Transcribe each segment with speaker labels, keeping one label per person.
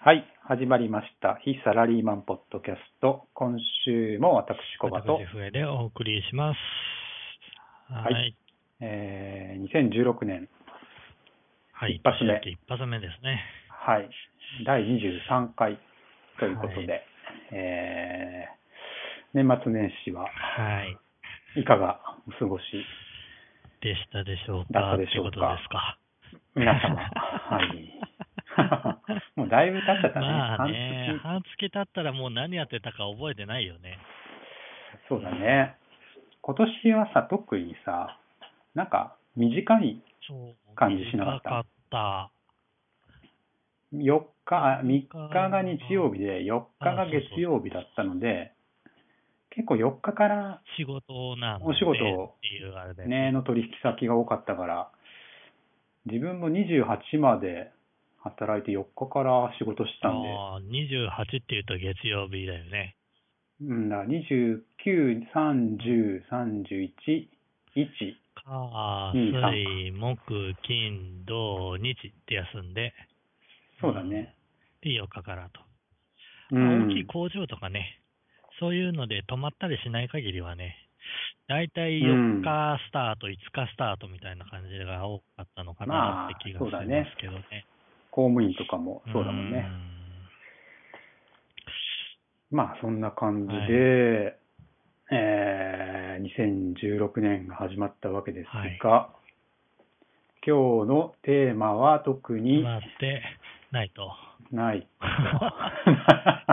Speaker 1: はい、始まりました。非サラリーマンポッドキャスト。今週も私、小バと
Speaker 2: 私、笛でお送りします。
Speaker 1: はい
Speaker 2: はい。
Speaker 1: えー2016年、
Speaker 2: はい。
Speaker 1: 一発目
Speaker 2: 年明け一発目ですね。
Speaker 1: はい、第23回ということで、
Speaker 2: は
Speaker 1: えー年末年始は
Speaker 2: はい。
Speaker 1: いかがお過ごし、
Speaker 2: でしたでしょう
Speaker 1: だ
Speaker 2: か
Speaker 1: ったでしょう
Speaker 2: ってこと
Speaker 1: か
Speaker 2: ですか。
Speaker 1: 皆 様。はい。もうだい ぶ経っちゃったね。
Speaker 2: まあ
Speaker 1: 半
Speaker 2: ね、
Speaker 1: 月。
Speaker 2: 半月経ったらもう何やってたか覚えてないよね。
Speaker 1: そうだね。今年はさ、特にさ、なんか短い
Speaker 2: そう。
Speaker 1: 感じしなかった
Speaker 2: 短かっ
Speaker 1: 4日、あ3日が日曜日で、4日が月曜日だったので、結構4日から
Speaker 2: た仕事なんで
Speaker 1: お仕事を
Speaker 2: っていうあれで。
Speaker 1: ね、の取引先が多かったから、自分も28まで働いて4日から仕事してたんで、
Speaker 2: あー28っていうと月曜日だよね。
Speaker 1: うん、だから29、30、31、1、い
Speaker 2: 火、
Speaker 1: い参加
Speaker 2: 水、木、金、土、日って休んで、
Speaker 1: そうだね。
Speaker 2: で4日からと。
Speaker 1: う
Speaker 2: まあ
Speaker 1: ん
Speaker 2: 大きい工場とかね、そういうので止まったりしない限りはね、大体
Speaker 1: うん
Speaker 2: 4日スタート、5日スタートみたいな感じが多かったのかなって気がしますけどね。
Speaker 1: 公務員とかもそうだもんね。まあそんな感じで、
Speaker 2: はい
Speaker 1: えー2016年が始まったわけですが、今日のテーマは特
Speaker 2: うん。
Speaker 1: に
Speaker 2: 決まってないと。
Speaker 1: ない。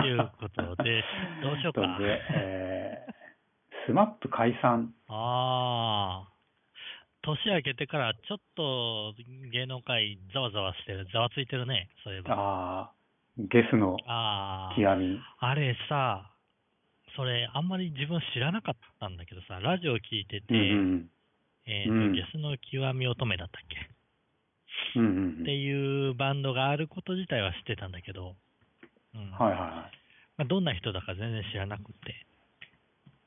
Speaker 2: と いうことで、どうしよう
Speaker 1: と
Speaker 2: か
Speaker 1: いうことで、えー、スマップ解散。
Speaker 2: ああ。年明けてからちょっと芸能界ざわざわしてる、ざわついてるね、そういえば。
Speaker 1: あーゲスの
Speaker 2: ああ。
Speaker 1: 極み。
Speaker 2: あれさ、それ、あんまり自分知らなかったんだけどさ、ラジオ聞いてて、
Speaker 1: うんうん
Speaker 2: えーと
Speaker 1: うん
Speaker 2: ゲスの極み乙女だったっけ
Speaker 1: うんうん
Speaker 2: っていうバンドがあること自体は知ってたんだけど、うん
Speaker 1: はいはいはい。
Speaker 2: まあ、どんな人だか全然知らなくて。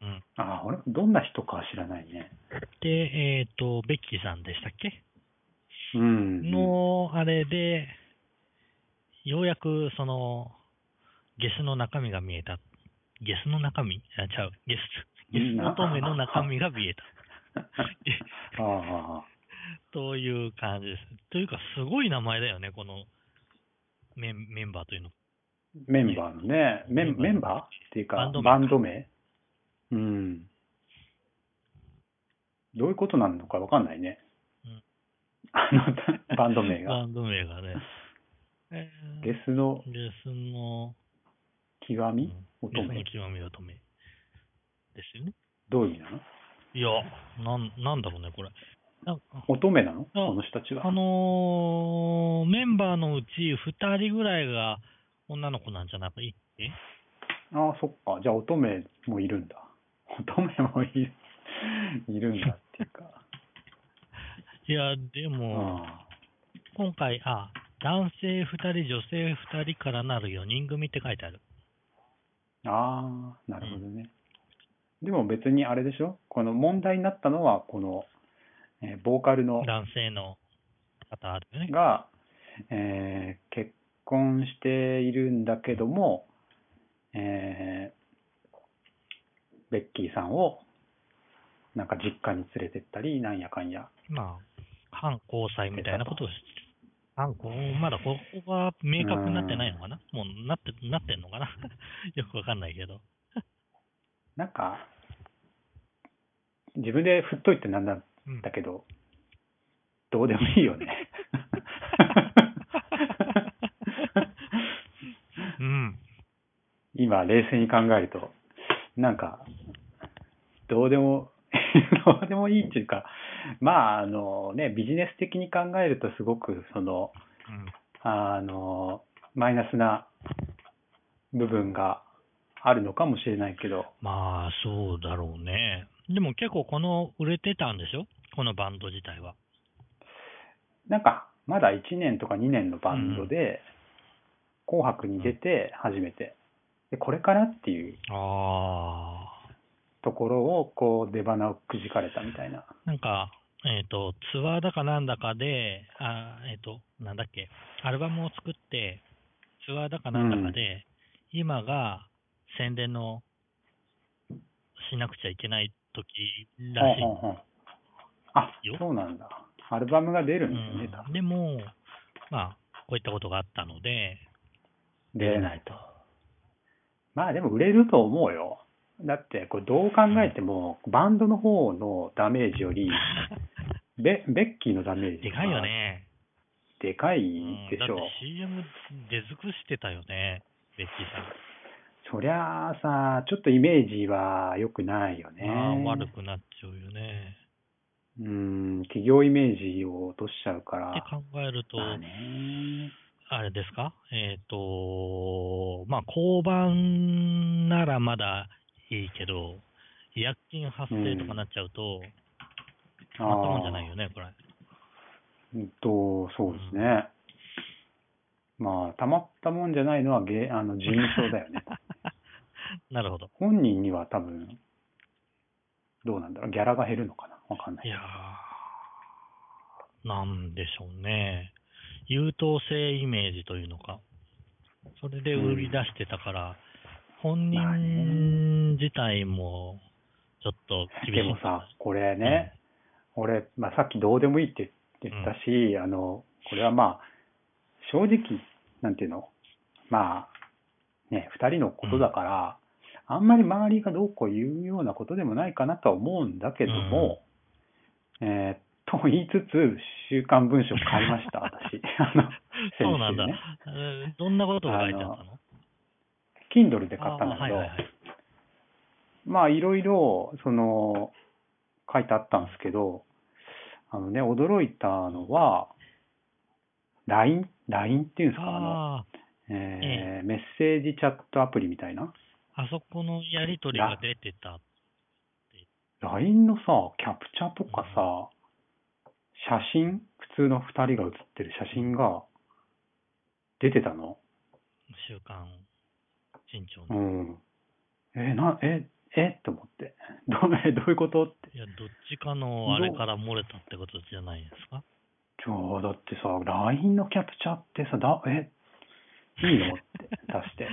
Speaker 2: うん、
Speaker 1: ああ、俺、どんな人かは知らないね。
Speaker 2: で、えっ、と、ベッキーさんでしたっけ、
Speaker 1: うんうん。
Speaker 2: の、あれで、ようやくその、ゲスの中身が見えた。ゲスの中身あ、ちゃう。ゲス、ゲスの乙女の中身が見えた。
Speaker 1: ああ、
Speaker 2: という感じです。というか、すごい名前だよね、このメンメンバーというの。
Speaker 1: メンバーのね、メンメ
Speaker 2: メ
Speaker 1: ン
Speaker 2: ン
Speaker 1: バ
Speaker 2: バー
Speaker 1: ーっていうか
Speaker 2: バンド、名
Speaker 1: バンド名うん。どういうことなのかわかんないね
Speaker 2: うん。
Speaker 1: あ の、バンド名が。
Speaker 2: バンド名 がね。えー
Speaker 1: ゲスの
Speaker 2: ゲスの、
Speaker 1: 極み
Speaker 2: うん
Speaker 1: 乙女
Speaker 2: ゲ。スの極み乙女。ですよね。
Speaker 1: どういう意味なの
Speaker 2: いや、なんなんだろうね、これ。なんか
Speaker 1: 乙女なのこの人たちは。
Speaker 2: あのーメンバーのうち2人ぐらいが女の子なんじゃなくていい
Speaker 1: ああ、そっか。じゃあ乙女もいるんだ。乙女もいるいるんだっていうか。
Speaker 2: いや、でも、
Speaker 1: あ
Speaker 2: 今回、あ、男性2人、女性2人からなる4人組って書いてある。
Speaker 1: あああ、なるほどね。でも別にあれでしょこの問題になったのは、この、えーボーカルの
Speaker 2: 男性の方あるよね。
Speaker 1: が、えー結婚しているんだけども、えーベッキーさんをなんか実家に連れてったりなんやかんや
Speaker 2: まあ、反交際みたいなことをして、反交、まだここが明確になってないのかなもうなって、なってんのかな よくわかんないけど。
Speaker 1: なんか自分で振っといてなんだ
Speaker 2: うん
Speaker 1: だけど、どうでもいいよね。
Speaker 2: うん。
Speaker 1: 今冷静に考えるとなんかどうでも どうでもいいっていうかまああのねビジネス的に考えるとすごくそのあのマイナスな部分があるのかもしれないけど
Speaker 2: まあ、そうだろうね。でも結構この、売れてたんでしょこのバンド自体は。
Speaker 1: なんかまだ1年とか2年のバンドで「紅白」に出て初めてでこれからっていう
Speaker 2: ああ。
Speaker 1: ところをこう出花をくじかれたみたいな。
Speaker 2: なんか、えっ、と、ツアーだかなんだかで、あえっ、と、なんだっけ、アルバムを作って、ツアーだかなんだかで、今が宣伝のしなくちゃいけない時らしい。
Speaker 1: ほんほんほんあ、そうなんだ。アルバムが出るんですね、多
Speaker 2: うん、
Speaker 1: 分
Speaker 2: でも、まあ、こういったことがあったので、
Speaker 1: 出れないと。まあでも売れると思うよ。だって、これどう考えても、バンドの方のダメージより、ベベッキーのダメージ
Speaker 2: でかいよ。ね。
Speaker 1: でかいで
Speaker 2: だっ
Speaker 1: しょう。
Speaker 2: て CM 出尽くしてたよね、ベッキーさん。
Speaker 1: そりゃあさ、ちょっとイメージは良くないよね。
Speaker 2: まあ、悪くなっちゃうよね。
Speaker 1: うん、企業イメージを落としちゃうから。
Speaker 2: って考えると、
Speaker 1: まあね。
Speaker 2: あれですか、えっ、と、まあ、交番ならまだいいけど、違約金発生とかなっちゃうと、
Speaker 1: あ
Speaker 2: まったもんじゃないよね、これ。
Speaker 1: ーうんと、そうですね。まあ、たまったもんじゃないのはげあの事務所だよ ね。
Speaker 2: なるほど。
Speaker 1: 本人には多分、どうなんだろう、ギャラが減るのかなわかんないい。
Speaker 2: やー、なんでしょうね。優等生イメージというのか。それで売り出してたから、本
Speaker 1: まあね
Speaker 2: 人自体も、ちょっと厳し
Speaker 1: で
Speaker 2: い。
Speaker 1: もさ、これね、俺、まあ、さっきどうでもいいって言ったし、あの、これはまあ、正直、なんていうのまあ、ね、二人のことだから、あんまり周りがどうこう言うようなことでもないかなとは思うんだけども、えーっと言いつつ、週刊文春買いました、 私。あの、
Speaker 2: そうなんだ
Speaker 1: 先。
Speaker 2: うんどんなことが書いてあったの
Speaker 1: Kindle で買ったんだ
Speaker 2: あーは
Speaker 1: け
Speaker 2: い
Speaker 1: ど、
Speaker 2: はいはい。
Speaker 1: まあいろいろ、その、書いてあったんですけど、あのね、驚いたのは、LINE?LINE っていうんですか、あの、
Speaker 2: あ
Speaker 1: えーメッセージチャットアプリみたいな。
Speaker 2: あ、あそこのやりとりが出てた。
Speaker 1: LINE のさ、キャプチャとかさ、写真、普通の二人が写ってる写真が出てたの。
Speaker 2: 週刊新潮
Speaker 1: う
Speaker 2: の。
Speaker 1: ん。え、な、え、えって思って。どうえどういうことって。
Speaker 2: いや、どっちかのあれから漏れたってことじゃないですか。
Speaker 1: じゃあ、だってさ、LINE のキャプチャってさ、だ、え、いいのって出して。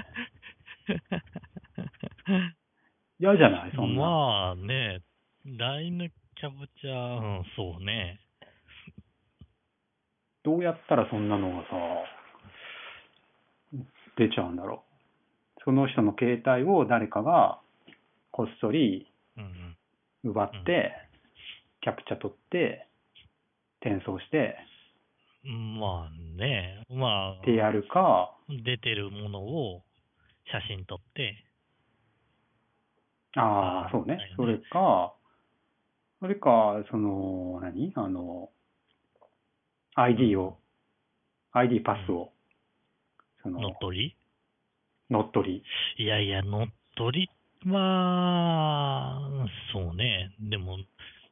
Speaker 1: 嫌じゃないそんな。
Speaker 2: まあね、LINE のキャブチャー、うん、そうね。
Speaker 1: どうやったらそんなのがさ、出ちゃうんだろう。その人の携帯を誰かがこっそり
Speaker 2: うんうん、
Speaker 1: 奪って、キャプチャ取って、転送して、
Speaker 2: まあね、まあ
Speaker 1: っ、てやるか、
Speaker 2: 出てるものを写真撮って、
Speaker 1: ああ、そうね。そ
Speaker 2: そうだよ
Speaker 1: れ
Speaker 2: ね
Speaker 1: か、それか、その、何あの、ID を、ID パスを、その
Speaker 2: 乗っ、取り
Speaker 1: 乗っ取り。
Speaker 2: いやいや、乗っ取りは、そうね。でも、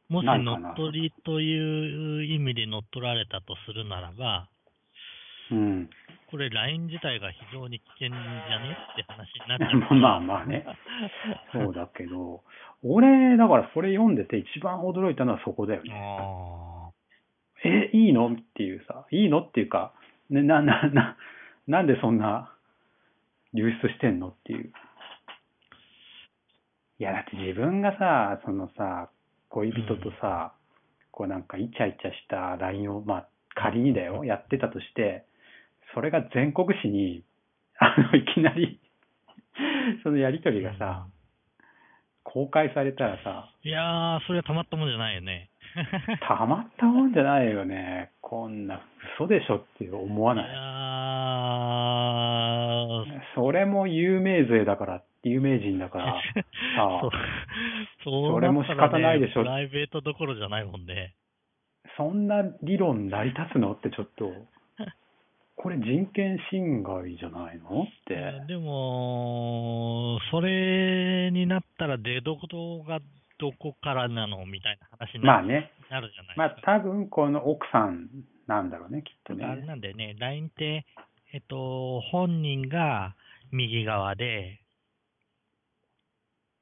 Speaker 2: もし
Speaker 1: ないか
Speaker 2: 乗
Speaker 1: な
Speaker 2: っ取りという意味で乗っ取られたとするならば、
Speaker 1: うん。
Speaker 2: これ LINE 自体が非常に危険じゃねって話になっちゃうから。
Speaker 1: まあまあね。そうだけど、俺、だからそれ読んでて一番驚いたのはそこだよね。
Speaker 2: あ
Speaker 1: え、いいのっていうさ、いいのっていうか、ね、な、な、な、なんでそんな流出してんのっていう。いや、だって自分がさ、そのさ、恋人とさ、こうなんかイチャイチャした LINE を、まあ仮にだよ、やってたとして、それが全国紙に、あの、いきなり、そのやりとりがさ、公開されたらさ、
Speaker 2: ー。いやー、それはたまったもんじゃないよね。
Speaker 1: たまったもんじゃないよね。こんな嘘でしょって思わ
Speaker 2: いや
Speaker 1: ない。
Speaker 2: ー、
Speaker 1: それも有名税だから、有名人だ から。あ
Speaker 2: そうそう
Speaker 1: それも仕方ないでしょ
Speaker 2: なったらねプライベートどころじゃないもんで。
Speaker 1: そんな理論成り立つのってちょっと、これ人権侵害じゃないのっ
Speaker 2: いや
Speaker 1: て。
Speaker 2: でも、それになったら出どこがどこからなのみたいな話に
Speaker 1: ま
Speaker 2: な
Speaker 1: あ
Speaker 2: る,、
Speaker 1: ね、
Speaker 2: なるじゃない
Speaker 1: まあ
Speaker 2: ですか。
Speaker 1: 多分この奥さんなんだろうね、きっと
Speaker 2: だからあれ
Speaker 1: ね。
Speaker 2: なんだよね、LINE って、えっと、本人が右側で、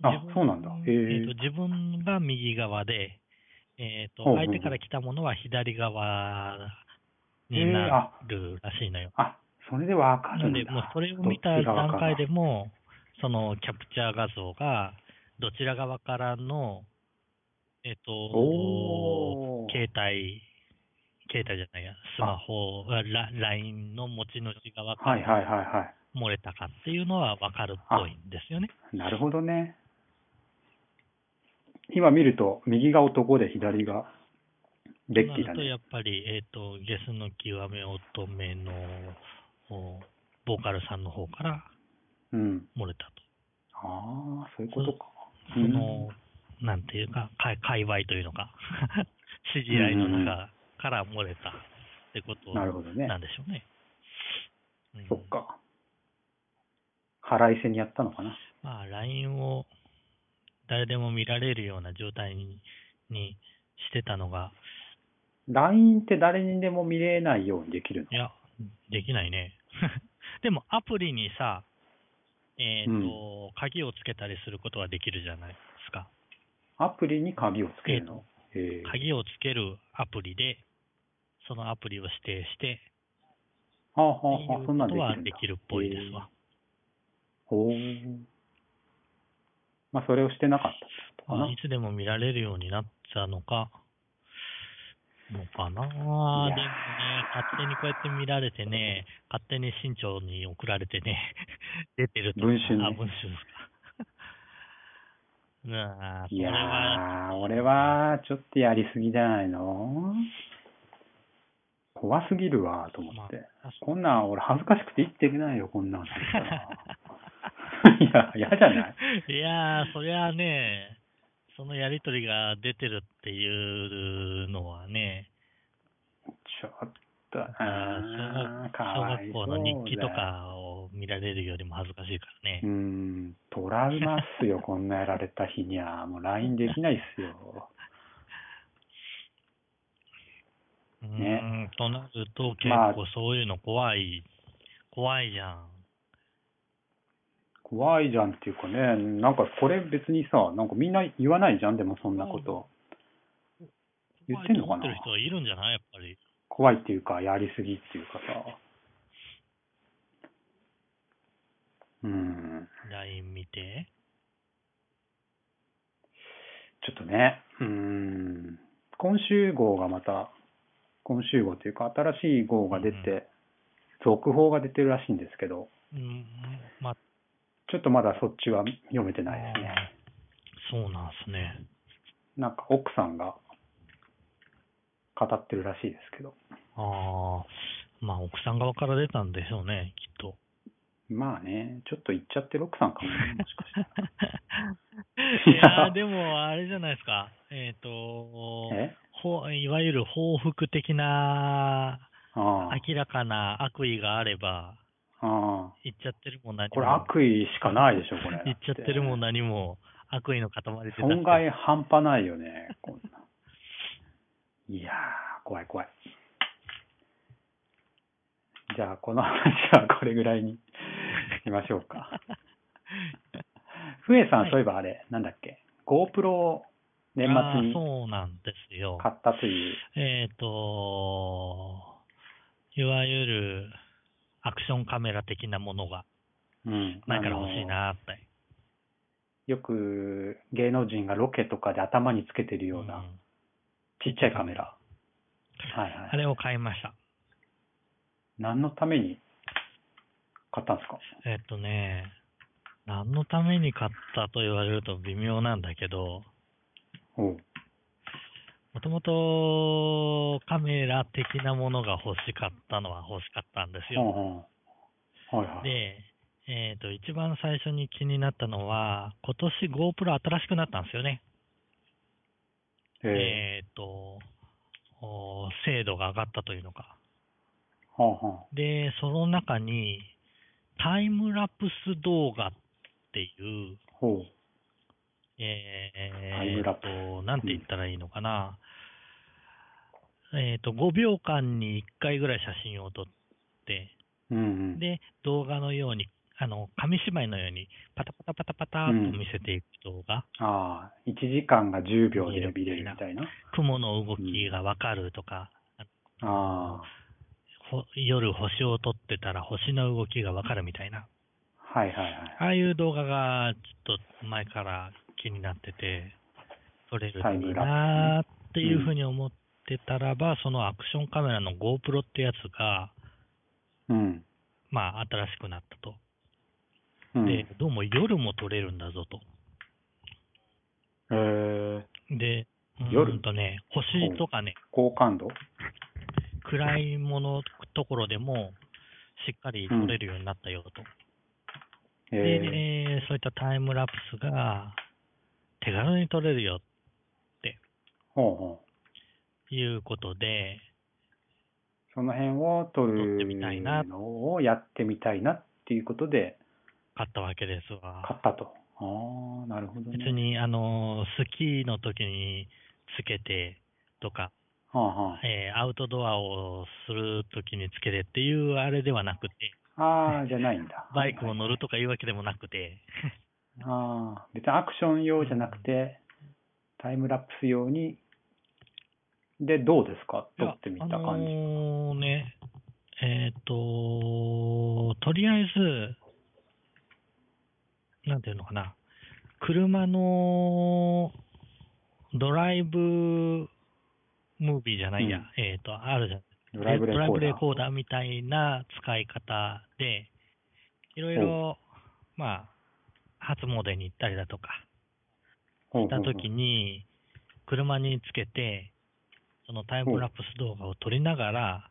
Speaker 1: あ
Speaker 2: 自分
Speaker 1: そうなんだへえ
Speaker 2: えっと、自分が右側で、えっと
Speaker 1: ほう、ほうほう
Speaker 2: 相手から来たものは左側になるらしいのよ。
Speaker 1: あ、それでわか
Speaker 2: な
Speaker 1: る
Speaker 2: ん
Speaker 1: ん
Speaker 2: で、
Speaker 1: だ。
Speaker 2: もうそれを見た
Speaker 1: どっちがわ
Speaker 2: 段
Speaker 1: か
Speaker 2: 階
Speaker 1: る
Speaker 2: でも、そのキャプチャー画像が、どちら側からの、えっ、と、
Speaker 1: おー
Speaker 2: 携帯、携帯じゃないや、スマホ、あラ LINE の持ち主側か
Speaker 1: はい
Speaker 2: ら
Speaker 1: はいはいは
Speaker 2: 漏れたかっていうのはわかるっぽいんですよね。
Speaker 1: い。なるほどね。今見ると、右が男で左がベッキーだ
Speaker 2: となると、や
Speaker 1: ね。
Speaker 2: っぱり、えっ、と、ゲスの極め乙女の、おボーカルさんの方から
Speaker 1: うん。
Speaker 2: 漏れたと。
Speaker 1: ああ、そういうことか。
Speaker 2: その、なんていうか、か界隈というのか、 支持合いの中から漏れたってこと
Speaker 1: うんなるほどね
Speaker 2: な。んでしょうね。うん
Speaker 1: そっか。腹いせにやったのかな。
Speaker 2: まあ、LINE を誰でも見られるような状態ににしてたのが、
Speaker 1: LINE って誰にでも見れないようにできるの
Speaker 2: いや、できないね。 でも、アプリにさ、えっ、と、鍵をつけたりすることはできるじゃないですか。
Speaker 1: アプリに鍵をつけるの。えー
Speaker 2: 鍵をつけるアプリで、そのアプリを指定して、
Speaker 1: はあは
Speaker 2: っ
Speaker 1: あ
Speaker 2: てい
Speaker 1: はあ、
Speaker 2: う
Speaker 1: そ
Speaker 2: こ
Speaker 1: んなん
Speaker 2: と
Speaker 1: でき
Speaker 2: は
Speaker 1: るん
Speaker 2: で
Speaker 1: だ
Speaker 2: きるっぽいですわ。。
Speaker 1: えーほう。まあ、それをしてなかったってことか
Speaker 2: ま
Speaker 1: な
Speaker 2: あ。いつでも見られるようになったのか、のかなでもね、
Speaker 1: いや
Speaker 2: 勝手にこうやって見られてね、勝手に新潮に送られてね、 出てると。
Speaker 1: 文春ね
Speaker 2: あ、文春 ですか。なあ、そ
Speaker 1: い
Speaker 2: れ
Speaker 1: や
Speaker 2: は、
Speaker 1: ー、俺はちょっとやりすぎじゃないの怖すぎるわ、と思
Speaker 2: まあ
Speaker 1: って。
Speaker 2: 確か
Speaker 1: こんなん俺恥ずかしくて生きていけないよ、こんなんだ ったら。いや、嫌じゃない
Speaker 2: に いやー、そりゃあね、そのやりとりが出てるっていうのはね、
Speaker 1: ちょっと、
Speaker 2: あ
Speaker 1: あ
Speaker 2: ー小
Speaker 1: ー
Speaker 2: 学
Speaker 1: か
Speaker 2: 小
Speaker 1: わい
Speaker 2: 学
Speaker 1: そう
Speaker 2: 校
Speaker 1: だ
Speaker 2: の
Speaker 1: よ
Speaker 2: 日記とかを見られるよりも恥ずかしいからね
Speaker 1: う。ん、トラウマっす よ、こんなやられた日には。もう LINE できないっすよ。
Speaker 2: う
Speaker 1: ね
Speaker 2: ーんとなると、結
Speaker 1: まあ
Speaker 2: 構そういうの怖い、怖いじゃん。
Speaker 1: 怖いじゃんっていうかね、なんかこれ別にさ、なんかみんな言わないじゃん、でもそんなこと。言ってんのか
Speaker 2: 怖いと思っ
Speaker 1: な
Speaker 2: てる人いるんじゃないやっぱり。
Speaker 1: 怖いっていうか、やりすぎっていうかさ。うん、
Speaker 2: LINE 見て。
Speaker 1: ちょっとね、うん、今週号がまた、今週号というか、新しい号が出
Speaker 2: うんう
Speaker 1: て、続報が出てるらしいんですけど、
Speaker 2: うん、まあ、
Speaker 1: ちょっとまだそっちは読めてないですね。
Speaker 2: そうなんすね。
Speaker 1: なんか奥さんが語ってるらしいですけど。
Speaker 2: ああ、まあ、奥さん側から出たんでしょうね、きっと。
Speaker 1: まあね、ちょっと言っちゃってる奥さんかもね、もしかしたら。
Speaker 2: いやーでも、あれじゃないですか。えっ、と
Speaker 1: え
Speaker 2: ほ、いわゆる報復的な、
Speaker 1: あ
Speaker 2: 明らかな悪意があれば、
Speaker 1: あ。ああ。
Speaker 2: 言っちゃってるもん何も。
Speaker 1: これ悪意しかないでしょ、 これ。
Speaker 2: 言っちゃってるもん何も悪意の塊で出た
Speaker 1: 損害半端ないよね、 こんな。いやー、怖い怖い。じゃあ、この話はこれぐらいにしましょう か。ふえさ
Speaker 2: は
Speaker 1: ん、
Speaker 2: い
Speaker 1: そういえばあれ、なんだっけ、GoPro を年末
Speaker 2: あー
Speaker 1: に
Speaker 2: そうなんですよ。
Speaker 1: 買ったという、
Speaker 2: えっ、と、いわゆるアクションカメラ的なものが
Speaker 1: うん、
Speaker 2: 前から欲しい
Speaker 1: あの。
Speaker 2: なって。
Speaker 1: よく芸能人がロケとかで頭につけてるよう
Speaker 2: う
Speaker 1: なんちっちゃいカメラ。はいはい。
Speaker 2: あれを買いました。
Speaker 1: 何のために買ったんですか
Speaker 2: えっ、とね、何のために買ったと言われると微妙なんだけど、
Speaker 1: おう
Speaker 2: もともとカメラ的なものが欲しかったのは欲しかったんですよ。
Speaker 1: うんうんはいはい。
Speaker 2: で、えっ、と、一番最初に気になったのは、今年 GoPro 新しくなったんですよね。
Speaker 1: え
Speaker 2: えっ、と、お精度が上がったというのか。
Speaker 1: ー、はあはあ。
Speaker 2: で、その中に、タイムラプス動画っていう、
Speaker 1: ほう。タイ
Speaker 2: え
Speaker 1: ムラ
Speaker 2: っ、
Speaker 1: プス
Speaker 2: と、なんて言ったらいいのかな。えっ、と、5秒間に1回ぐらい写真を撮って、
Speaker 1: うんうん。
Speaker 2: で、動画のように、あの、紙芝居のように、パタパタパタパタっと見せていく動画、
Speaker 1: ああ、1時間が10秒で見れるみたいな。
Speaker 2: 雲の動きがわかるとか、
Speaker 1: ああ。
Speaker 2: ほ夜星を撮ってたら星の動きがわかるみたいな、
Speaker 1: はいはいはい。
Speaker 2: ああいう動画がちょっと前から気になってて、撮れるといいなーっていうふうに思ってたらば、そのアクションカメラの GoPro ってやつが、
Speaker 1: うん。
Speaker 2: まあ新しくなったと。
Speaker 1: うん、
Speaker 2: で、どうも夜も撮れるんだぞと。
Speaker 1: えー、
Speaker 2: で、う
Speaker 1: 夜
Speaker 2: ーんとね、星とかね、
Speaker 1: 好感度
Speaker 2: 暗いものところでもしっかり撮れるようになったよと。で、
Speaker 1: え
Speaker 2: そういったタイムラプスが手軽に撮れるよ
Speaker 1: ー、ほうほう。
Speaker 2: ということで、
Speaker 1: その辺を撮
Speaker 2: 撮ってみたいな
Speaker 1: るのをやってみたいなっていうことで
Speaker 2: 買ったわけですわ。
Speaker 1: 買ったと。ああ、なるほどね。
Speaker 2: 別に、あの、スキーの時につけてとか、
Speaker 1: はあは
Speaker 2: えーアウトドアをする時につけてっていうあれではなくて、
Speaker 1: あ、ああ、じゃないんだ。
Speaker 2: バイクを乗るとかいうわけでもなくて、
Speaker 1: ああ、別にアクション用じゃなくて、タイムラプス用に、で、どうですか撮ってみた
Speaker 2: いやあ
Speaker 1: 感じ。
Speaker 2: のーね、えっ、と、とりあえず、なんていうのかな、車のドライブムービーじゃないや、
Speaker 1: うん
Speaker 2: えっ、と、あるじゃん。
Speaker 1: ドライブレコーダー。
Speaker 2: ーダーみたいな使い方で、いろいろ、まあ、初詣に行ったりだとか、
Speaker 1: ほうほう
Speaker 2: した
Speaker 1: ほう
Speaker 2: 時に、車につけて、そのタイムラプス動画を撮りながら、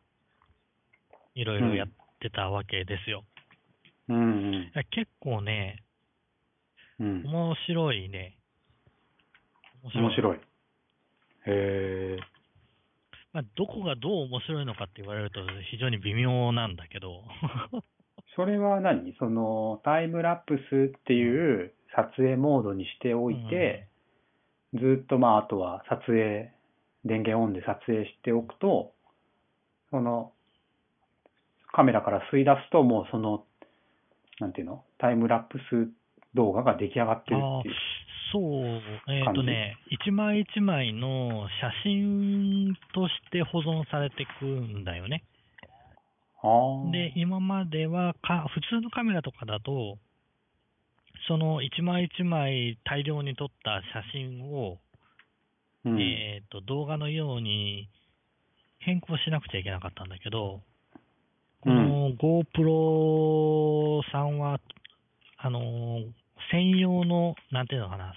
Speaker 2: いろいろやってたわけですよ。
Speaker 1: うん
Speaker 2: いや結構ね、
Speaker 1: うん。うん、
Speaker 2: 面白いね。面
Speaker 1: 面白い。へえ。
Speaker 2: まあ、どこがどう面白いのかって言われると非常に微妙なんだけど、
Speaker 1: それは何その、タイムラプスっていう撮影モードにしておいて、ずっとまあ、あとは撮影、電源オンで撮影しておくと、その、カメラから吸い出すと、もうその、なんていうのタイムラプス動画が出来上がってる
Speaker 2: あ
Speaker 1: っていう。
Speaker 2: そう、えっ、とね、一枚一枚の写真として保存されてくんだよね。
Speaker 1: あー
Speaker 2: で、今まではか、普通のカメラとかだと、その一枚一枚大量に撮った写真を、
Speaker 1: うん、
Speaker 2: えっ、と、動画のように変更しなくちゃいけなかったんだけど、この GoPro さんは、あのー専用の、なんていうのかな、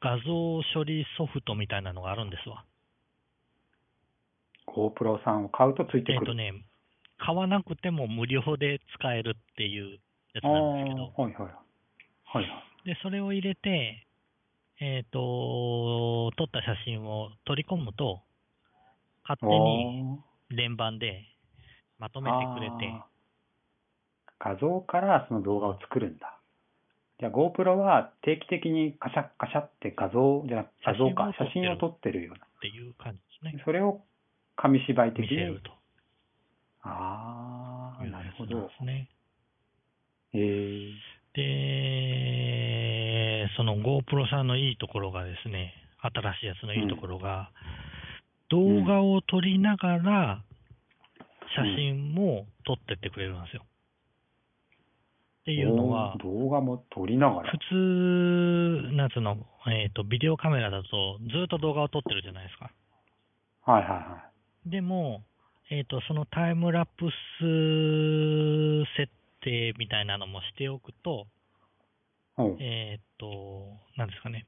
Speaker 2: 画像処理ソフトみたいなのがあるんですわ。
Speaker 1: GoPro さんを買うとついて
Speaker 2: えっ、
Speaker 1: く
Speaker 2: と
Speaker 1: る。
Speaker 2: ね、買わなくても無料で使えるっていうやつ
Speaker 1: ああ
Speaker 2: なんですけど、
Speaker 1: ー、はいはい。はいはい。
Speaker 2: で、それを入れて、えっ、と、撮った写真を取り込むと、勝手に
Speaker 1: あー
Speaker 2: 連番でまとめてくれて、
Speaker 1: あー画像からその動画を作るんだ。じゃあ GoPro は定期的にカシャッカシャって画像じゃなく画像か写
Speaker 2: 写
Speaker 1: 真
Speaker 2: 真
Speaker 1: を
Speaker 2: を
Speaker 1: 撮
Speaker 2: 撮
Speaker 1: ってるような。
Speaker 2: っていう感じですね。
Speaker 1: それを紙芝居的
Speaker 2: 見せ
Speaker 1: に
Speaker 2: る。と
Speaker 1: ああ、
Speaker 2: いう
Speaker 1: なる
Speaker 2: や
Speaker 1: ほ
Speaker 2: つなん
Speaker 1: ど
Speaker 2: で。すね。
Speaker 1: えー、
Speaker 2: で、その GoPro さんのいいところがですね、新しいやつのいいところが、
Speaker 1: ん
Speaker 2: 動画を撮りながら、写真も撮ってってくれるんですよ。っていうのは、
Speaker 1: おー動画も撮りながら。
Speaker 2: 普通、なんつうの、えっ、と、ビデオカメラだと、ずっと動画を撮ってるじゃないですか。
Speaker 1: はいはいは
Speaker 2: でも、えっ、と、そのタイムラプス設定みたいなのもしておくと、
Speaker 1: い。うん
Speaker 2: えっ、と、なんですかね、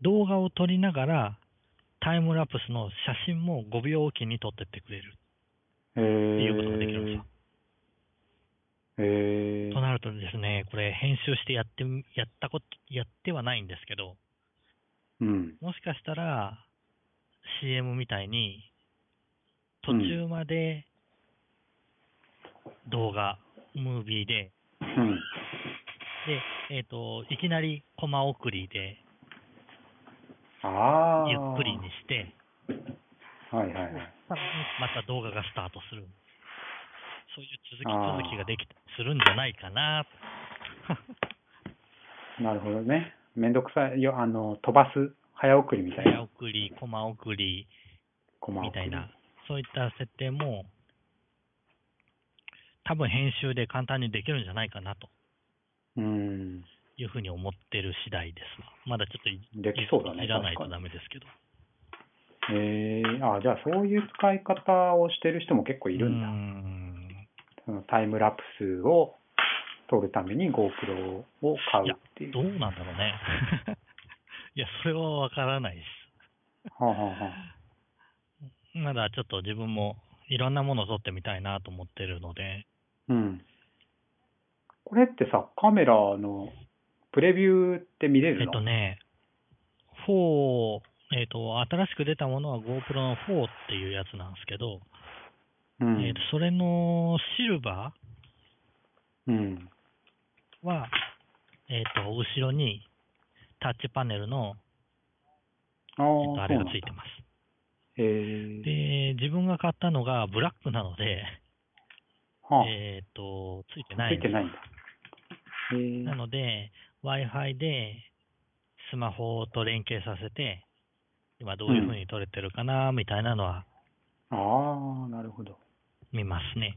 Speaker 2: 動画を撮りながら、タイムラプスの写真も5秒おきに撮ってってくれる
Speaker 1: え
Speaker 2: って
Speaker 1: ー、
Speaker 2: いうことができるんですよ。
Speaker 1: えー
Speaker 2: となるとですね、これ編集してやってみ、やったこと、やってはないんですけど、
Speaker 1: うん。
Speaker 2: もしかしたら CM みたいに途中まで動画、ムービーで、
Speaker 1: うん。
Speaker 2: で、えっ、と、いきなりコマ送りで
Speaker 1: ああ。
Speaker 2: ゆっくりにして、
Speaker 1: はいはいはい。
Speaker 2: また動画がスタートする。そういう続
Speaker 1: あー
Speaker 2: き続きができたりするんじゃないかな。
Speaker 1: なるほどね。めんどくさいよ、あの、飛ばす、早送りみたい
Speaker 2: 早
Speaker 1: な。
Speaker 2: 送り、コマ送り
Speaker 1: コマ送
Speaker 2: み
Speaker 1: り
Speaker 2: たいな、そういった設定も多分編集で簡単にできるんじゃないかなと
Speaker 1: うん。
Speaker 2: いうふうに思ってる次第ですわまだちょっとい
Speaker 1: できそうだね
Speaker 2: いじらないと
Speaker 1: 確か
Speaker 2: ダメですけど。
Speaker 1: えー、あ、じゃあそういう使い方をしてる人も結構いるんだ
Speaker 2: うー。ん
Speaker 1: そのタイムラプスを撮るために GoPro を買うっていう。
Speaker 2: どうなんだろうね。 いや、それはわからないです。
Speaker 1: はあはあはあ
Speaker 2: まだちょっと自分もいろんなものを撮ってみたいなと思ってるので、
Speaker 1: うん。これってさ、カメラのプレビューって見れ
Speaker 2: え
Speaker 1: る
Speaker 2: っ
Speaker 1: の
Speaker 2: とね、4、えっと、新しく出たものは GoPro の4っていうやつなんですけど、
Speaker 1: うん
Speaker 2: えっと、それのシルバ
Speaker 1: うん。
Speaker 2: ーは、えっと、後ろにタッチパネルの、
Speaker 1: あ
Speaker 2: えっと、
Speaker 1: あ、
Speaker 2: あれがついてます。
Speaker 1: そうなんだ。えー、
Speaker 2: で、自分が買ったのがブラックなので、
Speaker 1: はあ、
Speaker 2: えっと、ついてない
Speaker 1: つ
Speaker 2: ん
Speaker 1: い
Speaker 2: で
Speaker 1: て
Speaker 2: す
Speaker 1: ないんだ。えー
Speaker 2: なので、Wi-Fi でスマホと連携させて、今どういう風に撮れてるかな、みたいなのは
Speaker 1: ああ、なるほど。
Speaker 2: 見ますね。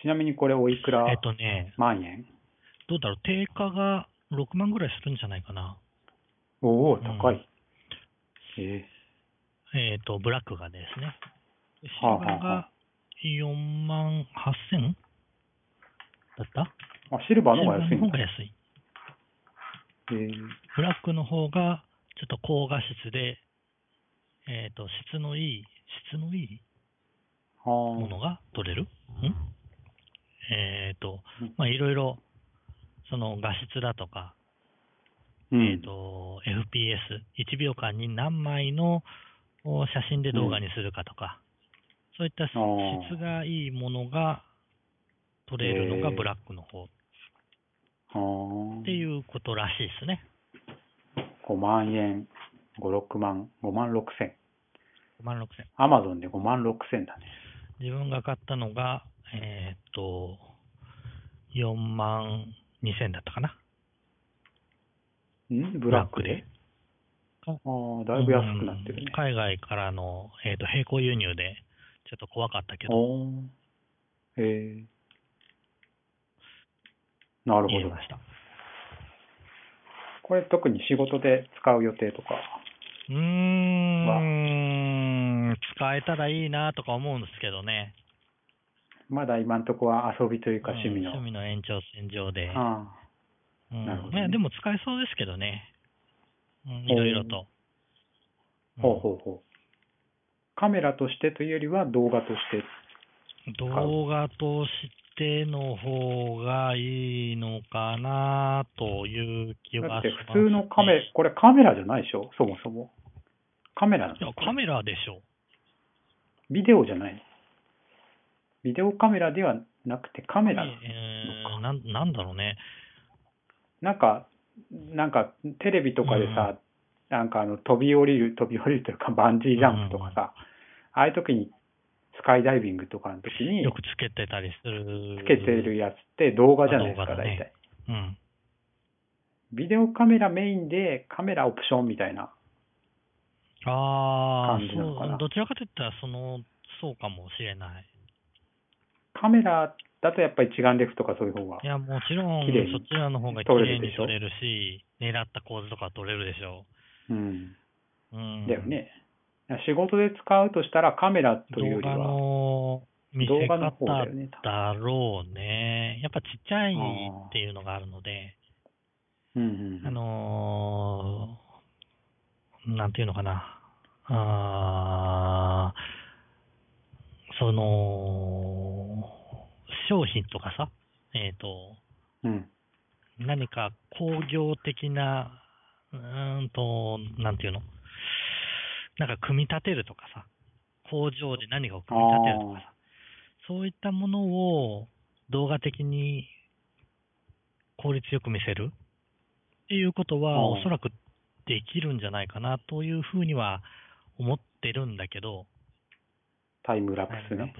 Speaker 1: ちなみにこれおいくら
Speaker 2: えっとね、
Speaker 1: 万円、
Speaker 2: どうだろう、定価が6万ぐらいするんじゃないかな。
Speaker 1: おお、
Speaker 2: ん
Speaker 1: 高い。え
Speaker 2: えっと、ブラックがですね。シル
Speaker 1: はあ
Speaker 2: バ
Speaker 1: はあ
Speaker 2: ーが4万8000だった
Speaker 1: ー、あ、シルバーの方が安
Speaker 2: シ
Speaker 1: い
Speaker 2: ルバーの
Speaker 1: ん
Speaker 2: 方
Speaker 1: だ。
Speaker 2: が安い。
Speaker 1: えー、
Speaker 2: ブラックの方がちょっと高画質で、えっ、と、質のいい、質のいい
Speaker 1: あ
Speaker 2: もの
Speaker 1: ー
Speaker 2: が取れる、んえっ、と
Speaker 1: うん、
Speaker 2: まあ、いろいろ、その画質だとか、
Speaker 1: うん
Speaker 2: えっ、と、FPS、1秒間に何枚のお写真で動画にするかとか、そういった
Speaker 1: あー
Speaker 2: 質がいいものが取れるのが
Speaker 1: へー
Speaker 2: ブラックの方っ
Speaker 1: あー
Speaker 2: ていうことらしいですね。
Speaker 1: 5万円、5、6万、5万6千。
Speaker 2: 5万6000。
Speaker 1: アマゾンで5万6千だね。
Speaker 2: 自分が買ったのが、えっ、と、4万2000だったかな。
Speaker 1: んブラックで
Speaker 2: ブラッ
Speaker 1: ああ、だいぶ安くなってる
Speaker 2: うん
Speaker 1: ね。
Speaker 2: 海外からの、えー、と並行輸入で、ちょっと怖かったけ
Speaker 1: お
Speaker 2: ど、
Speaker 1: おー。ええなる
Speaker 2: 言え
Speaker 1: ほど
Speaker 2: ま。した。
Speaker 1: これ特に仕事で使う予定とか。
Speaker 2: うーん、使えたらいいなとか思うんですけどね。
Speaker 1: まだ今んとこは遊びというか
Speaker 2: うん
Speaker 1: 趣味の。
Speaker 2: 趣味の延長線上で。
Speaker 1: あ
Speaker 2: うん
Speaker 1: なるほどね
Speaker 2: いやでも使えそうですけどね。うん、
Speaker 1: ほう
Speaker 2: いろいろと。
Speaker 1: あ、ほうほうほう。カメラとしてというよりは動画として。
Speaker 2: うん動画としての方がいいのかなという気
Speaker 1: だ
Speaker 2: は
Speaker 1: っ
Speaker 2: してます、ね。
Speaker 1: 普通のカメラ、これカメラじゃないでしょそもそも。カメラなの
Speaker 2: いや、カメラでしょ。
Speaker 1: ビデオじゃないのビデオカメラではなくてカメラなの
Speaker 2: えーなんなんだろうね。
Speaker 1: なんか、なんかテレビとかでさ、なんかあの飛び降りる、飛び降りるというかバンジージャンプとかさ、ああいう時にスカイダイビングとかの時に
Speaker 2: よくつけてたりする。
Speaker 1: つけてるやつって動画じゃないです
Speaker 2: 動
Speaker 1: か、
Speaker 2: 画だね
Speaker 1: 大体。
Speaker 2: うん。
Speaker 1: ビデオカメラメインでカメラオプションみたいな。
Speaker 2: ああ
Speaker 1: 感じなのかな
Speaker 2: そう、どちらかといったら、その、そうかもしれない。
Speaker 1: カメラだとやっぱり一眼レフとかそういう方が
Speaker 2: い。や、もちろん
Speaker 1: 綺麗、に
Speaker 2: そちらの方が綺
Speaker 1: 撮れ
Speaker 2: 麗
Speaker 1: るで
Speaker 2: に
Speaker 1: しょ
Speaker 2: 撮れるし、狙った構図とか撮れるでしょ
Speaker 1: うん。
Speaker 2: う。うん。
Speaker 1: だよね。仕事で使うとしたらカメラというより
Speaker 2: 動画
Speaker 1: は
Speaker 2: の見せ
Speaker 1: 動画の
Speaker 2: 方
Speaker 1: 方だよね。
Speaker 2: だろうね。やっぱちっちゃいっていうのがあるので、
Speaker 1: うんうんうん。
Speaker 2: あのー、なんていうのかな。あーその、商品とかさ、えっ、と、
Speaker 1: うん。
Speaker 2: 何か工業的な、うーんと、なんていうのなんか組み立てるとかさ、工場で何かを組み立てるとかさ、そういったものを動画的に効率よく見せるっていうこと
Speaker 1: あー
Speaker 2: は、おそらくできるんじゃないかなというふうには思ってるんだけど、
Speaker 1: タイムラ
Speaker 2: ラ
Speaker 1: プスね。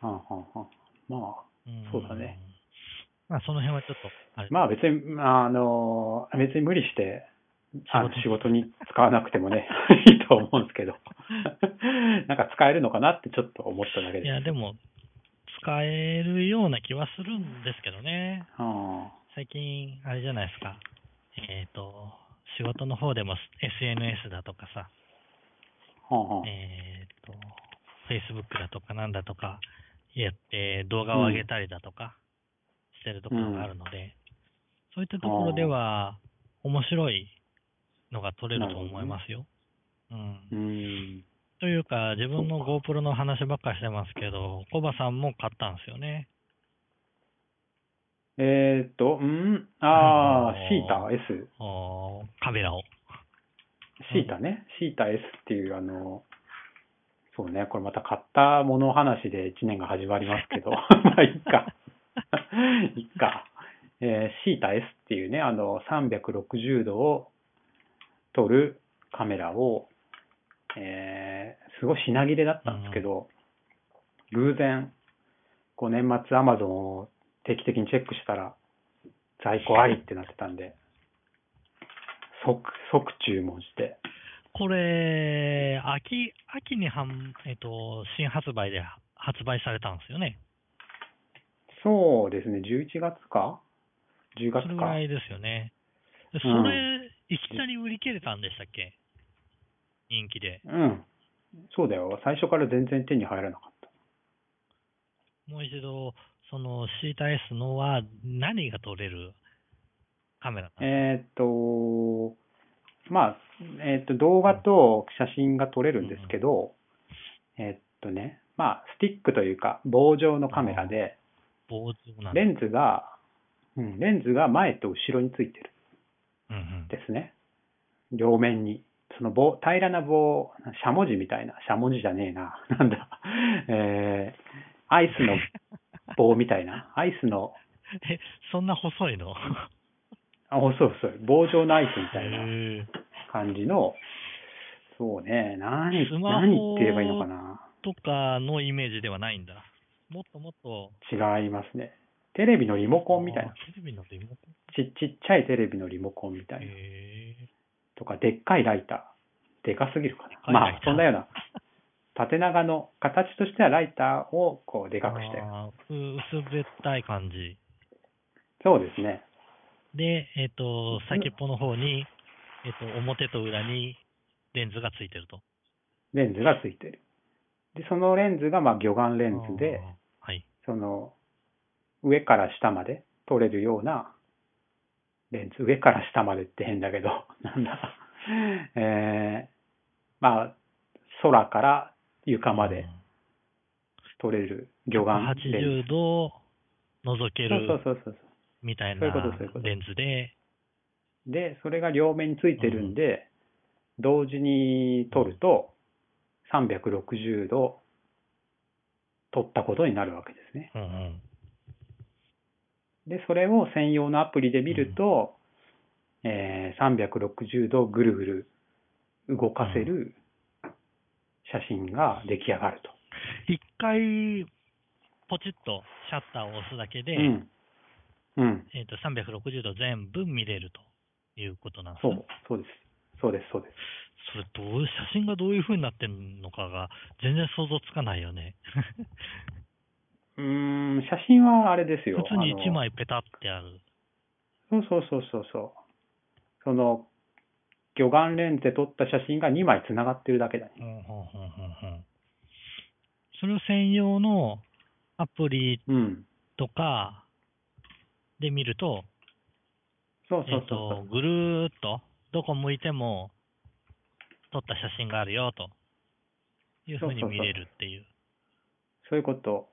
Speaker 1: はんはんはんまあ、そうだね。
Speaker 2: まあ、その辺はちょっと、あれ
Speaker 1: まあ別に、あの、別に無理して、あの仕
Speaker 2: 仕
Speaker 1: 事に使わなくてもね、 い いと思うんですけど、なんか使えるのかなってちょっと思っただけ
Speaker 2: い
Speaker 1: で
Speaker 2: や、でも、使えるような気はするんですけどね。
Speaker 1: あ
Speaker 2: 最近、あれじゃないですか。えっ、と、仕事の方でも SNS だとかさ、
Speaker 1: あ、はあ、
Speaker 2: えっ、と、Facebook だとかなんだとか、やって動画を上げたりだとか、してるところがあるので、そういったところでは、面白いのが撮れると思いますよ。うん
Speaker 1: う。ん。
Speaker 2: というか、自分の GoPro の話ばっかりしてますけど、コバさんも買ったんですよね。
Speaker 1: えーっと、うんああ
Speaker 2: あのー、
Speaker 1: シータ S。
Speaker 2: おーカメラを。
Speaker 1: シータね。シータ S っていう、あの、そうね、これまた買ったもの話で1年が始まります けど、 まあ、いっか。 いっか。えー、シータ S っていうね、あの、360度を撮るカメラを、えー、すごい品切れだったんですけど、偶然、こう年末 Amazon を定期的にチェックしたら、在庫ありってなってたんで、即、即注文して、
Speaker 2: これ、秋、秋に販、えっと、新発売で発売されたんですよね。
Speaker 1: そうですね、11月か ?10
Speaker 2: そ
Speaker 1: 月
Speaker 2: れぐ。
Speaker 1: から
Speaker 2: いですよね。でそれ、いきなり売り切れたんでしたっけ人気で。
Speaker 1: うん。そうだよ。最初から全然手に入らなかった。
Speaker 2: もう一度、そのシータ S のは何が撮れるカメラなんで
Speaker 1: えーっと、まあ、えーっと、動画と写真が撮れるんですけど、えーっとね、まあ、スティックというか、棒状のカメラで、
Speaker 2: すか棒状なんで
Speaker 1: レンズが、うん、レンズが前と後ろについてる
Speaker 2: うんうん
Speaker 1: んですね。両面に。その棒、平らな棒、しゃもじみたいな、しゃもじじゃねえな、 なんだ、えー、アイスの棒みたい な、アイスの、
Speaker 2: え、そんな細いの
Speaker 1: あ、そうそう、棒状のアイスみたいな
Speaker 2: へー
Speaker 1: 感じの、そうね、何、
Speaker 2: スマホ
Speaker 1: 何って言えばいいのかな。
Speaker 2: とかのイメージではないんだ。もっともっと。
Speaker 1: 違いますね。テレビのリモコンみたい
Speaker 2: あ
Speaker 1: な。
Speaker 2: ーテレビのリモコン
Speaker 1: ちちっちゃいテレビのリモコンみたいな。
Speaker 2: へー
Speaker 1: とか、でっかいライター。でかすぎるか
Speaker 2: か
Speaker 1: な。
Speaker 2: い
Speaker 1: ま
Speaker 2: ライ
Speaker 1: あ
Speaker 2: ター、
Speaker 1: そんなような。縦長の形としてはライターをこうでかくして。
Speaker 2: あーう薄べったい感じ。
Speaker 1: そうですね。
Speaker 2: で、えっ、と、先っぽの方に、えっ、と、表と裏にレンズがついてると。
Speaker 1: レンズがついてる。で、そのレンズがまあ魚眼レンズで、
Speaker 2: あー、はい。
Speaker 1: その、上から下まで撮れるようなレンズ。上から下までって変だけど、 なんだ。えー、まあ、空から床まで撮れる魚眼レンズ。
Speaker 2: 80度覗け
Speaker 1: そうそう
Speaker 2: る
Speaker 1: そうそう。
Speaker 2: みたいな
Speaker 1: そういうことそういうこと
Speaker 2: レンズで、
Speaker 1: で、それが両面についてるんで、同時に撮ると、360度撮ったことになるわけですね。
Speaker 2: うんうん
Speaker 1: で、それを専用のアプリで見ると、えー360度ぐるぐる動かせる写真が出来上がると。
Speaker 2: 一回、ポチッとシャッターを押すだけで、
Speaker 1: うん。うん。
Speaker 2: えっ、と、360度全部見れるということなんです
Speaker 1: そ
Speaker 2: ね
Speaker 1: う、そうです。そうです、そうです。
Speaker 2: それどういう、写真がどういう風になってるのかが、全然想像つかないよね。
Speaker 1: うーん、写真はあれですよ。
Speaker 2: 普通に
Speaker 1: あの
Speaker 2: 1枚ペタってある。
Speaker 1: そうそうそうそうそう。その、魚眼レンズで撮った写真が2枚繋がってるだけだね。
Speaker 2: うんうんうんうんうんそれを専用のアプリ
Speaker 1: うん。
Speaker 2: とかで見ると、
Speaker 1: そうそ
Speaker 2: え
Speaker 1: う
Speaker 2: っ
Speaker 1: そ
Speaker 2: と、ぐるーっと、どこ向いても、撮った写真があるよ、というふうに見れるっていう。
Speaker 1: う。そういうこと。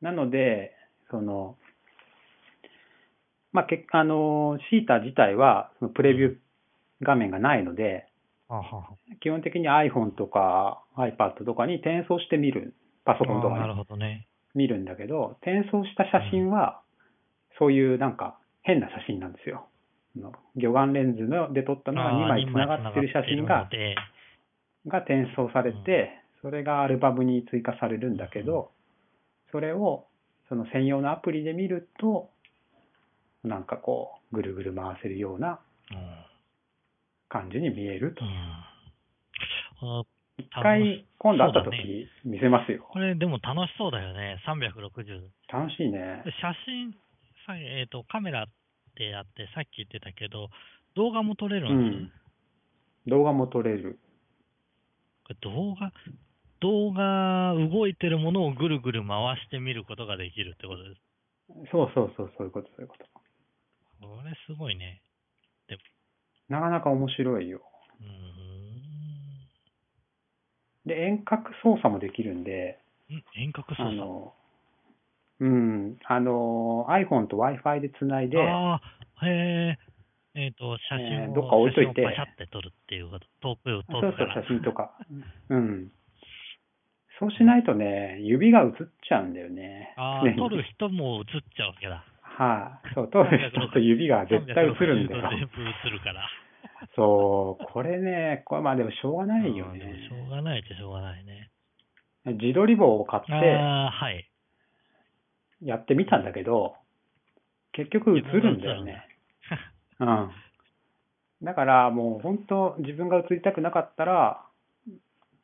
Speaker 1: なので、その、まあ、結あの、シータ自体は、そのプレビュー画面がないので、
Speaker 2: あはは
Speaker 1: 基本的に iPhone とか iPad とかに転送して見る。パソコンとか
Speaker 2: あーな
Speaker 1: に
Speaker 2: るほどね。
Speaker 1: 見るんだけど、転送した写真は、そういうなんか変な写真なんですよ。あの魚眼レンズので撮ったのが2枚
Speaker 2: あー
Speaker 1: つ
Speaker 2: 二
Speaker 1: ながってる写真が
Speaker 2: 繋がっ、てるので
Speaker 1: が転送されて、それがアルバムに追加されるんだけど、それをその専用のアプリで見ると、なんかこう、ぐるぐる回せるような
Speaker 2: うん
Speaker 1: 感じに見えると。
Speaker 2: うんあ
Speaker 1: 一回、今度会った
Speaker 2: そうだ
Speaker 1: 時、見せますよ。
Speaker 2: これでも楽しそうだよね。360。
Speaker 1: 楽しいね
Speaker 2: で。写真、さえっ、と、カメラってあって、さっき言ってたけど、動画も撮れる
Speaker 1: うん
Speaker 2: ですよ
Speaker 1: ん。動画も撮れる。
Speaker 2: これ動画、動画、動いてるものをぐるぐる回して見ることができるってことです。
Speaker 1: そうそうそう、そういうこと、そういうこと。
Speaker 2: これすごいね。
Speaker 1: なかなか面白いよ。
Speaker 2: うー
Speaker 1: で、遠隔操作もできるんで、
Speaker 2: ん。ん遠隔操
Speaker 1: あ
Speaker 2: 作。
Speaker 1: の、うん、あの、iPhone と Wi-Fi でつないで、
Speaker 2: ああ、へえ、えっ、と、写真を、
Speaker 1: えーどっか置いといて
Speaker 2: 写真をパシャって撮るっていうこと、遠く、
Speaker 1: そう
Speaker 2: 遠
Speaker 1: そう
Speaker 2: くから。、
Speaker 1: 写真とか。うん。そうしないとね、指が映っちゃうんだよね。
Speaker 2: あ
Speaker 1: 常
Speaker 2: あ、
Speaker 1: に
Speaker 2: 撮る人も映っちゃうわけだ。
Speaker 1: はい、そう、撮る人と指が絶対映るんだ
Speaker 2: 360度
Speaker 1: よ。
Speaker 2: 全部映るから。
Speaker 1: そう、これね、これまあでもしょうがないよ
Speaker 2: うんでも
Speaker 1: ね。
Speaker 2: しょうがないっちゃしょうがないね。
Speaker 1: 自撮り棒を買って
Speaker 2: ああ、はい。
Speaker 1: やってみたんだけど、結局映るんだよ
Speaker 2: いや
Speaker 1: ね。うん。だからもう本当自分が映りたくなかったら、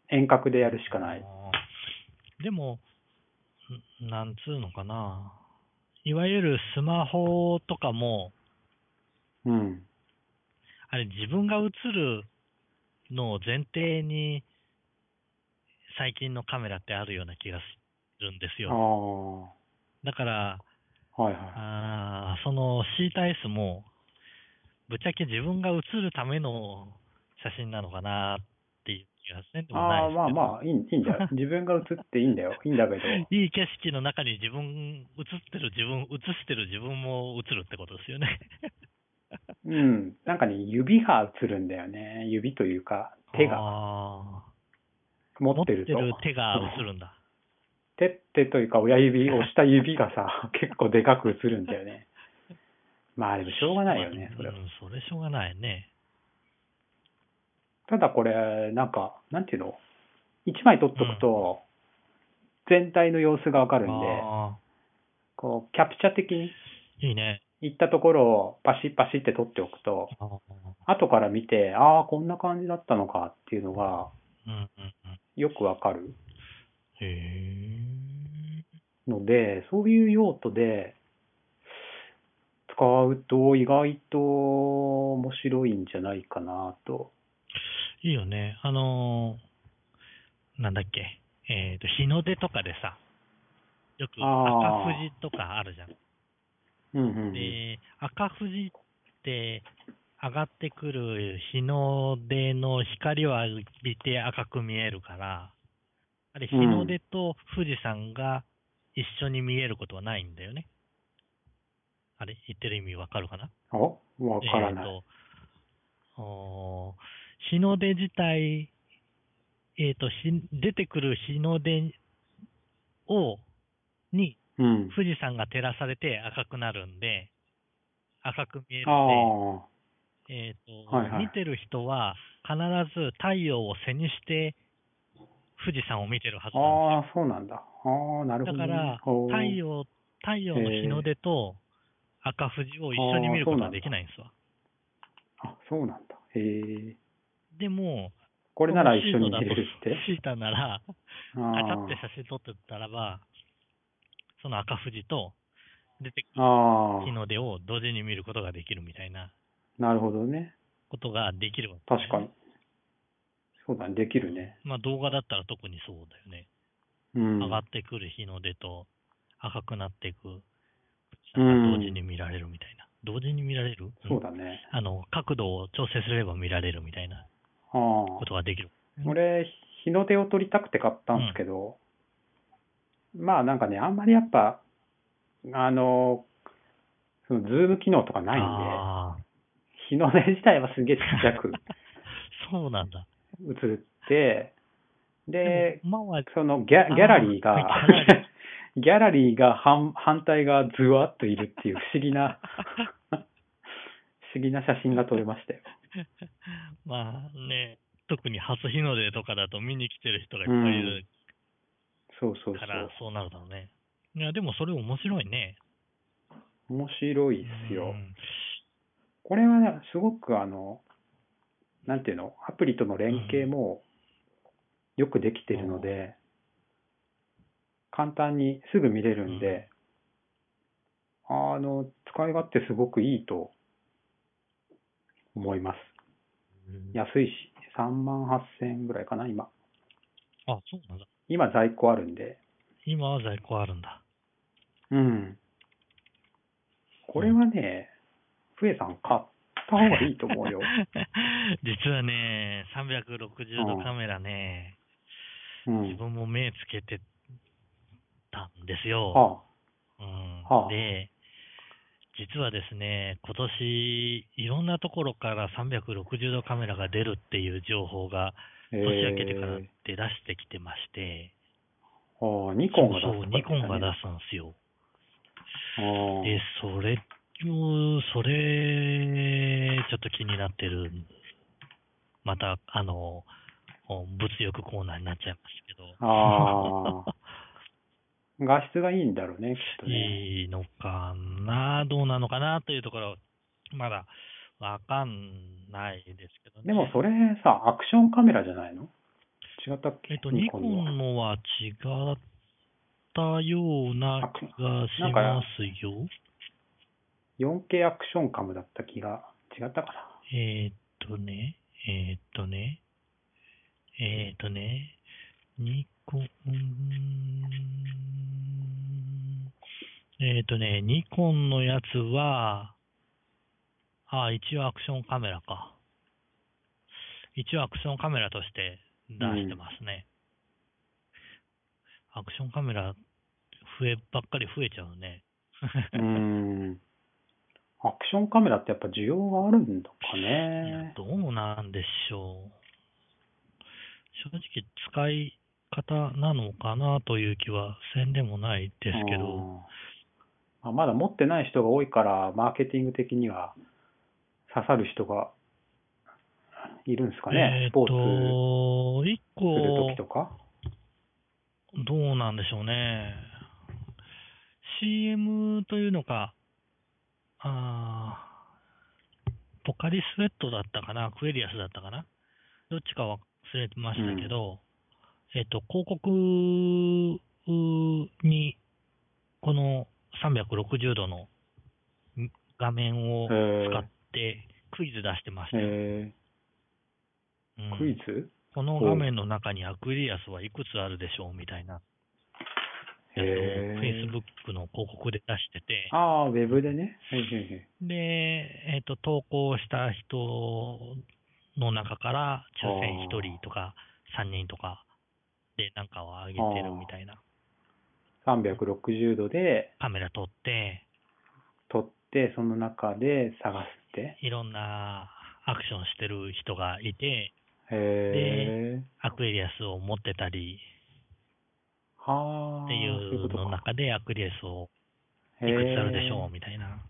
Speaker 1: 遠隔でやるしかない。
Speaker 2: あーでも、んなんつうのかな。いわゆるスマホとかも、
Speaker 1: うん。
Speaker 2: あれ自分が映るのを前提に、最近のカメラってあるような気がするんです
Speaker 1: あ
Speaker 2: よ。
Speaker 1: あ。
Speaker 2: だから、
Speaker 1: はいは
Speaker 2: あーその C タイスも、ぶっちゃけ自分が映るための写真なのかなっていう気がせん
Speaker 1: い。
Speaker 2: でもな
Speaker 1: あ
Speaker 2: いで
Speaker 1: あ
Speaker 2: すけ
Speaker 1: ま
Speaker 2: ど
Speaker 1: あまあ、いいいいんだ よ。自分が映っていいんだよ。いいん だけど。
Speaker 2: いい景色の中に自分、映ってる自分、映してる自分も映るってことですよね。
Speaker 1: うん。なんかね、指が映るんだよね。指というか、手が
Speaker 2: あ
Speaker 1: 持
Speaker 2: ー持
Speaker 1: っ
Speaker 2: ってて
Speaker 1: る
Speaker 2: る
Speaker 1: と。
Speaker 2: 手が映るんだ。
Speaker 1: 手ってというか親指、押した指がさ、 結構でかく映るんだよね。まあでもしょうがないよね、それは
Speaker 2: う。ん、それしょうがないね。
Speaker 1: ただこれ、なんか、なんていうの一枚撮っとくと、全体の様子がわかるんで、
Speaker 2: あ
Speaker 1: こう、キャプチャー的に
Speaker 2: ーいいね。
Speaker 1: 行ったところをパシッパシって撮っておくと、
Speaker 2: あー
Speaker 1: 後から見て、ああ、こんな感じだったのかっていうのが
Speaker 2: うんうんうん。
Speaker 1: よくわかる
Speaker 2: へえ。
Speaker 1: ので、そういう用途で使うと意外と面白いんじゃないかなと。
Speaker 2: いいよね。あのーなんだっけ。えっ、と、日の出とかでさ、よく
Speaker 1: あー
Speaker 2: 赤富士とかあるじゃん。
Speaker 1: うんうんうん
Speaker 2: で、赤富士って上がってくる日の出の光を浴びて赤く見えるから、あれ、
Speaker 1: う
Speaker 2: 日
Speaker 1: ん
Speaker 2: の出と富士山が一緒に見えることはないんだよね。あれ、言ってる意味わかるかな
Speaker 1: あわからない。
Speaker 2: えーとおー日の出自体、えっ、と、日出てくる日の出を、に
Speaker 1: うん。
Speaker 2: 富士山が照らされて赤くなるんで、赤く見える
Speaker 1: あ
Speaker 2: ん
Speaker 1: あ、
Speaker 2: で、えーと
Speaker 1: はいはい
Speaker 2: 見てる人は必ず太陽を背にして富士山を見てるはずなん
Speaker 1: ああ、そうなんだ。ああ、なる
Speaker 2: です
Speaker 1: ほ
Speaker 2: だ
Speaker 1: ど
Speaker 2: か
Speaker 1: ね、
Speaker 2: ら、
Speaker 1: ほう
Speaker 2: 太陽、太陽の日の出と赤富士を一緒に見ることはできないんですわ。
Speaker 1: あ、そうなんだ。へえ。
Speaker 2: でも、
Speaker 1: これなら一緒に見れるって。
Speaker 2: シータなら、
Speaker 1: あ
Speaker 2: カチャって写真撮ってたらば、その赤富士と出てく
Speaker 1: ああ
Speaker 2: る日の出を同時に見ることができるみたいな
Speaker 1: あ、なるほどね。
Speaker 2: ことができるわけです
Speaker 1: 確
Speaker 2: ね
Speaker 1: かに。そうだね、できるね。
Speaker 2: まあ動画だったら特にそうだよね。
Speaker 1: うん。
Speaker 2: 上がってくる日の出と赤くなっていく。
Speaker 1: うん
Speaker 2: 同時に見られるみたいな。同時に見られる
Speaker 1: そう
Speaker 2: だ。
Speaker 1: だね。
Speaker 2: あの、角度を調整すれば見られるみたいな
Speaker 1: ああ
Speaker 2: こ。とができる。
Speaker 1: 俺、日の出を撮りたくて買ったんですけど、まあなんかね、あんまりやっぱ、あの、そのズーム機能とかないんで、
Speaker 2: ああ、
Speaker 1: 日の出自体はすげえちっちゃく
Speaker 2: そうなんだ。
Speaker 1: 映って、で、
Speaker 2: もまあ、
Speaker 1: そのギャギャラリーが
Speaker 2: あーギャラリ、
Speaker 1: ギャラリーが反反対がズワッといるっていう不思議な、不思議な写真が撮れましたよ。
Speaker 2: まあね、特に初日の出とかだと見に来てる人がいっぱいいる
Speaker 1: そうそう
Speaker 2: か
Speaker 1: そ
Speaker 2: ら
Speaker 1: う。
Speaker 2: そうなるだろうね。いや、でもそれ面白いね。
Speaker 1: 面白いです
Speaker 2: う
Speaker 1: よ。
Speaker 2: ん
Speaker 1: これはね、すごくあの、なんていうの、アプリとの連携もよくできてるので、簡単にすぐ見れるんで、あの、使い勝手すごくいいと思います。
Speaker 2: うん
Speaker 1: 安いし、3万8000円ぐらいかな、今。
Speaker 2: あ、そうなんだ。
Speaker 1: 今在庫あるんで。
Speaker 2: 今は在庫あるんだ。
Speaker 1: うん。これはね、ふえさん買った方がいいと思 うよ。
Speaker 2: 実はね、360度カメラね、
Speaker 1: う
Speaker 2: 自
Speaker 1: ん。
Speaker 2: 分も目つけてたんですよ。
Speaker 1: あ
Speaker 2: うん
Speaker 1: はあ
Speaker 2: で、実はですね、今年、いろんなところから360度カメラが出るっていう情報が、
Speaker 1: えー、
Speaker 2: 年明けてから出だしてきてまして、
Speaker 1: あーニコンが出す
Speaker 2: そ
Speaker 1: と
Speaker 2: う
Speaker 1: か
Speaker 2: そ
Speaker 1: 言ってた
Speaker 2: う、
Speaker 1: ね、
Speaker 2: ニコンが出すんですよ。
Speaker 1: あー
Speaker 2: で、それを、それ、ちょっと気になってる。また、あの、お物欲コーナーになっちゃいましたけど。
Speaker 1: ああ。画質がいいんだろうね、きっとね。
Speaker 2: いいのかな、どうなのかなというところ、まだわかんないですけどね。
Speaker 1: でもそれさ、アクションカメラじゃないの違ったっけ
Speaker 2: えっと、ニ
Speaker 1: ニ
Speaker 2: コ
Speaker 1: コ
Speaker 2: ン
Speaker 1: ンのは。
Speaker 2: のは違ったような気がしますよ。
Speaker 1: 4K アクションカムだった気が、違ったかな
Speaker 2: えーっとね、えーっとね、えーっとね、ニコン、えーっとね、ニコンのやつは、あ、一応アクションカメラか。一応アクションカメラとして出してますね。アクションカメラ、増え、ばっかり増えちゃうね。
Speaker 1: うーん。アクションカメラってやっぱ需要があるんだか
Speaker 2: いや
Speaker 1: ね、。
Speaker 2: どうなんでしょう。正直、使い方なのかなという気はせんでもないですけど、
Speaker 1: うん。まあまだ持ってない人が多いから、マーケティング的には刺さる人がいるんですかね、
Speaker 2: えっ
Speaker 1: スポ
Speaker 2: と
Speaker 1: ーツ、
Speaker 2: 一
Speaker 1: すると
Speaker 2: 個
Speaker 1: き、とか。
Speaker 2: どうなんでしょうね。CM というのか、あーポカリスエットだったかな、クエリアスだったかな、どっちか忘れてましたけど、えっと、広告に、この360度のん画面を使ってクイズ出してましたよ。
Speaker 1: え
Speaker 2: うん
Speaker 1: ー、クイズ
Speaker 2: この画面の中にアクリアスはいくつあるでしょうみたいなやつ
Speaker 1: へー
Speaker 2: を Facebook の広告で出してて、
Speaker 1: ああ、ウェブでね。はいはいはい。
Speaker 2: で、えっ、と、投稿した人の中から抽選1人とか3人とかでなんかを上げてるみたいな。
Speaker 1: 360度で
Speaker 2: カメラ撮って、
Speaker 1: 撮って、その中で探すって。
Speaker 2: いろんなアクションしてる人がいて、
Speaker 1: へえ。
Speaker 2: アクエリアスを持ってたり
Speaker 1: はあ。
Speaker 2: ってい
Speaker 1: そういうこ
Speaker 2: う
Speaker 1: と
Speaker 2: の
Speaker 1: か。
Speaker 2: 中でアクリアスをい
Speaker 1: へ
Speaker 2: くつ
Speaker 1: え
Speaker 2: あるでしょうみたいな。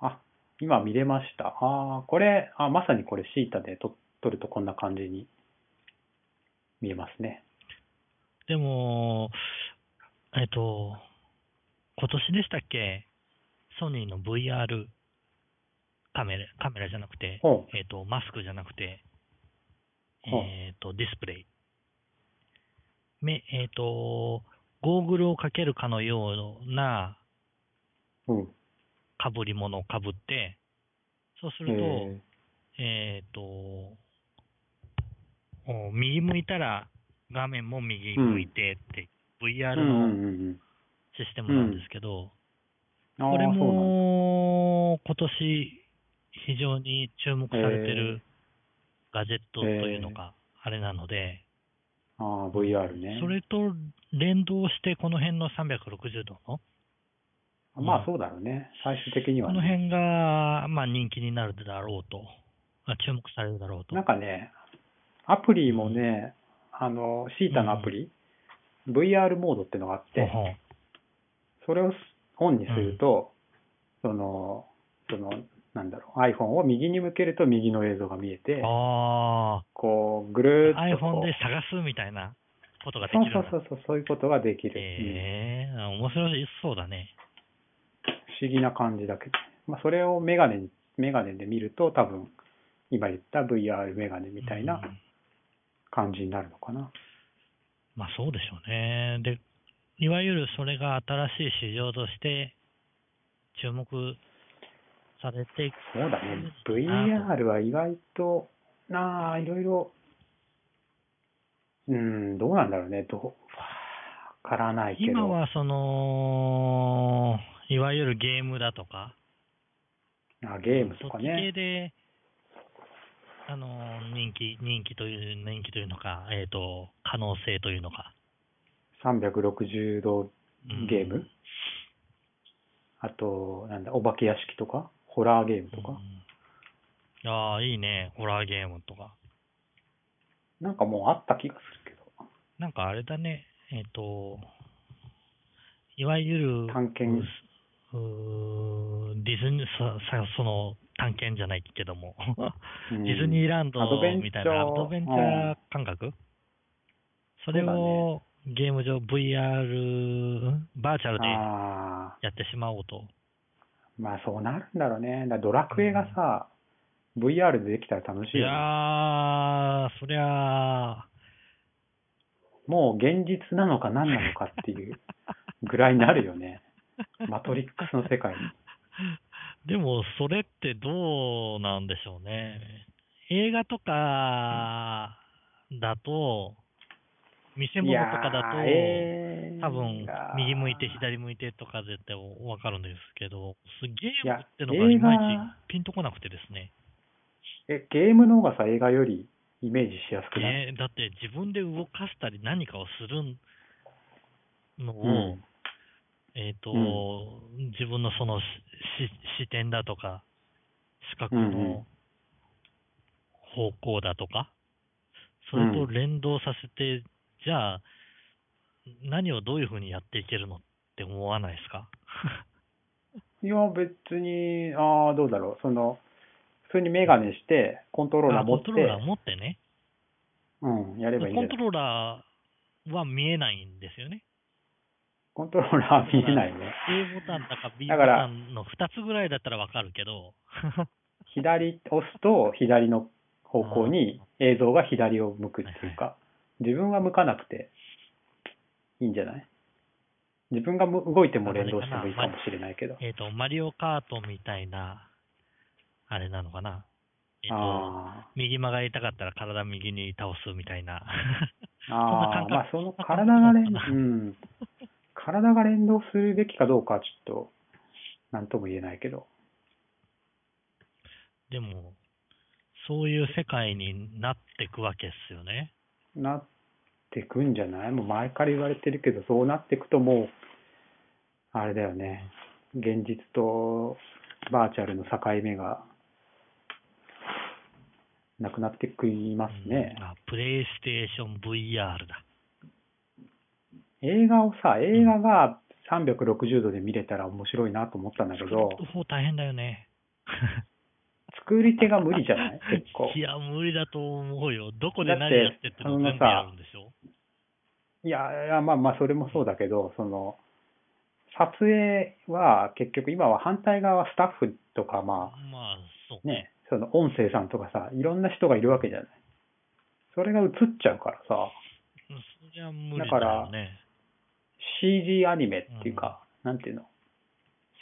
Speaker 1: あ、今見れました。ああ、これ、あ、まさにこれシータで撮撮るとこんな感じに見えますね。
Speaker 2: でも、えっと、今年でしたっけ、ソニーの VR カメラ、カメラじゃなくて、
Speaker 1: ほ
Speaker 2: えっと、マスクじゃなくて、
Speaker 1: ほう
Speaker 2: えっと、ディスプレイ。めえっと、ゴーグルをかけるかのような
Speaker 1: う。うん。
Speaker 2: 被り物をかぶって、そうす
Speaker 1: す
Speaker 2: ると、えっ、と、お右向いたら画面も右向いてって、VR
Speaker 1: うんう
Speaker 2: の
Speaker 1: んうん
Speaker 2: システムなんですけど、
Speaker 1: うん。ああ
Speaker 2: これ
Speaker 1: ー、そうなんだ。
Speaker 2: も今年非常に注目されてるガジェットというのがあれなので、
Speaker 1: ああ、VR ね。
Speaker 2: それと連動してこの辺の360度の、
Speaker 1: まあそうだろうね。最終的には
Speaker 2: こ
Speaker 1: ね。
Speaker 2: の辺がまあ人気になるだろうと、まあ注目されるだろうと
Speaker 1: なん。かね、アプリもね、あの、シータのアプリ、VR モードってのがあって、
Speaker 2: ほうほう
Speaker 1: それをすオンにすると、その、その、なんだろう、iPhone を右に向けると右の映像が見えて、
Speaker 2: あ
Speaker 1: こう、ぐる
Speaker 2: あ、
Speaker 1: ーっとこ
Speaker 2: iPhone
Speaker 1: う
Speaker 2: で探すみたいなことができ
Speaker 1: そ
Speaker 2: る
Speaker 1: うん
Speaker 2: だ
Speaker 1: そうそうそう、そういうことができる。うん
Speaker 2: ええ面白いそうだね。
Speaker 1: 不思議な感じだけど、まあ、それをメガネに、メガネで見ると多分、今言った VR メガネみたいな
Speaker 2: うん
Speaker 1: 感じになるのかな。
Speaker 2: まあそうでしょうね。で、いわゆるそれが新しい市場として注目されていく。
Speaker 1: そうだね。VR は意外と、なあ、いろいろ、うん、どうなんだろうね。どう、わからないけど。
Speaker 2: 今はその、いわゆるゲームだとか、
Speaker 1: あゲームとか
Speaker 2: そっち系
Speaker 1: ね。
Speaker 2: で、あのー人気、人気という、人気というのか、えっ、と、可能性というのか。
Speaker 1: 360度
Speaker 2: うん
Speaker 1: ゲーム、あと、なんだ、お化け屋敷とかホラーゲームと
Speaker 2: う
Speaker 1: か、
Speaker 2: んああ、いいね。ホラーゲームとか。
Speaker 1: なんかもうあった気がする
Speaker 2: なんかあれだね。えっ、と、いわゆる、
Speaker 1: 探検
Speaker 2: うーディズニー、さ、さ、その、探検じゃないけども、
Speaker 1: けど。
Speaker 2: ディズニ
Speaker 1: ー
Speaker 2: ーランド
Speaker 1: アドベンチャー
Speaker 2: みたいなアドベンチャー感覚、それをゲーム上 VR、んバーチャルでや
Speaker 1: ああ、
Speaker 2: ってしまおうと。
Speaker 1: まあそうなるんだろうね。だからドラクエがさ、VR でできたら楽し
Speaker 2: い
Speaker 1: い
Speaker 2: や
Speaker 1: よね。
Speaker 2: ー、そりゃあ、
Speaker 1: もう現実なのか何なのかっていう ぐらいになるよ ね。マトリックスの世界に。
Speaker 2: でも、それってどうなんでしょうね。映画とかだと、見せ
Speaker 1: い
Speaker 2: 物
Speaker 1: や
Speaker 2: とかだと、
Speaker 1: ーえー
Speaker 2: 多分
Speaker 1: が
Speaker 2: 右向いて左向いてとか絶対わかるんですけど、すゲームっての
Speaker 1: いや
Speaker 2: がいまい
Speaker 1: 映画
Speaker 2: ちピンとこなくてですね。
Speaker 1: え、ゲームの方がさ、映画よりイメージしやすくない、
Speaker 2: ねだって自分で動かしたり何かをするのを、
Speaker 1: うん
Speaker 2: えっ、と、
Speaker 1: う
Speaker 2: 自分のそのしし視点だとか、視覚
Speaker 1: うんうん
Speaker 2: の方向だとか、それと連動させて、じゃあ、何をどういうふうにやっていけるのって思わないですか
Speaker 1: いや、別に、ああ、どうだろう。その、普通にメガネして、コントローラー
Speaker 2: あ
Speaker 1: 持
Speaker 2: コ
Speaker 1: っ
Speaker 2: ン
Speaker 1: て
Speaker 2: ト、ローラー持ってね。
Speaker 1: うん、やれ
Speaker 2: コ
Speaker 1: ばいいんじゃな
Speaker 2: ント
Speaker 1: い
Speaker 2: ローラーは見えないんですよね。
Speaker 1: コントローラー見えないね。
Speaker 2: A ボタンだか B ボ
Speaker 1: だから
Speaker 2: タンの2つぐらいだったらわかるけど、
Speaker 1: 左、押すと左の方向に映像が左を向くっていうか、自分は向かなくていいんじゃない自分がむ動いても連動してもいいかもしれないけど。
Speaker 2: えっ、と、マリオカートみたいな、あれなのかな。えっ、と、
Speaker 1: あ
Speaker 2: 右曲がりたかったら体右に倒すみたいな。
Speaker 1: あ、ああ
Speaker 2: そんな感覚
Speaker 1: まあその体が 連、
Speaker 2: そんな
Speaker 1: う
Speaker 2: 感
Speaker 1: ん、体が連動するべきかどうかはちょっと、なんとも言えないけど。
Speaker 2: でも、そういう世界になってくわけですよね。
Speaker 1: なってくんじゃないもう前から言われてるけど、そうなってくともう、あれだよね。現実とバーチャルの境目が、なくなってくいますね
Speaker 2: うん。あ、プレイステーション VR だ。
Speaker 1: 映画をさ、映画が360度で見れたら面白いなと思ったんだけど、
Speaker 2: 方大変だよね。
Speaker 1: 作り手が 無理じゃ ない結構
Speaker 2: い。や、無理だと思うよ。どこ
Speaker 1: だ
Speaker 2: で
Speaker 1: って
Speaker 2: 何やってっても
Speaker 1: そのさ
Speaker 2: 全部やるんでしょ
Speaker 1: いや、いやまあまあ、それもそうだけど、その、撮影は結局今は反対側スタッフとかまあ、
Speaker 2: まあ、そう。
Speaker 1: ね、その音声さんとかさ、いろんな人がいるわけじゃない。それが映っちゃうからさ、
Speaker 2: うんそりゃ無理だよね。
Speaker 1: CG アニメっていうか、なんていうの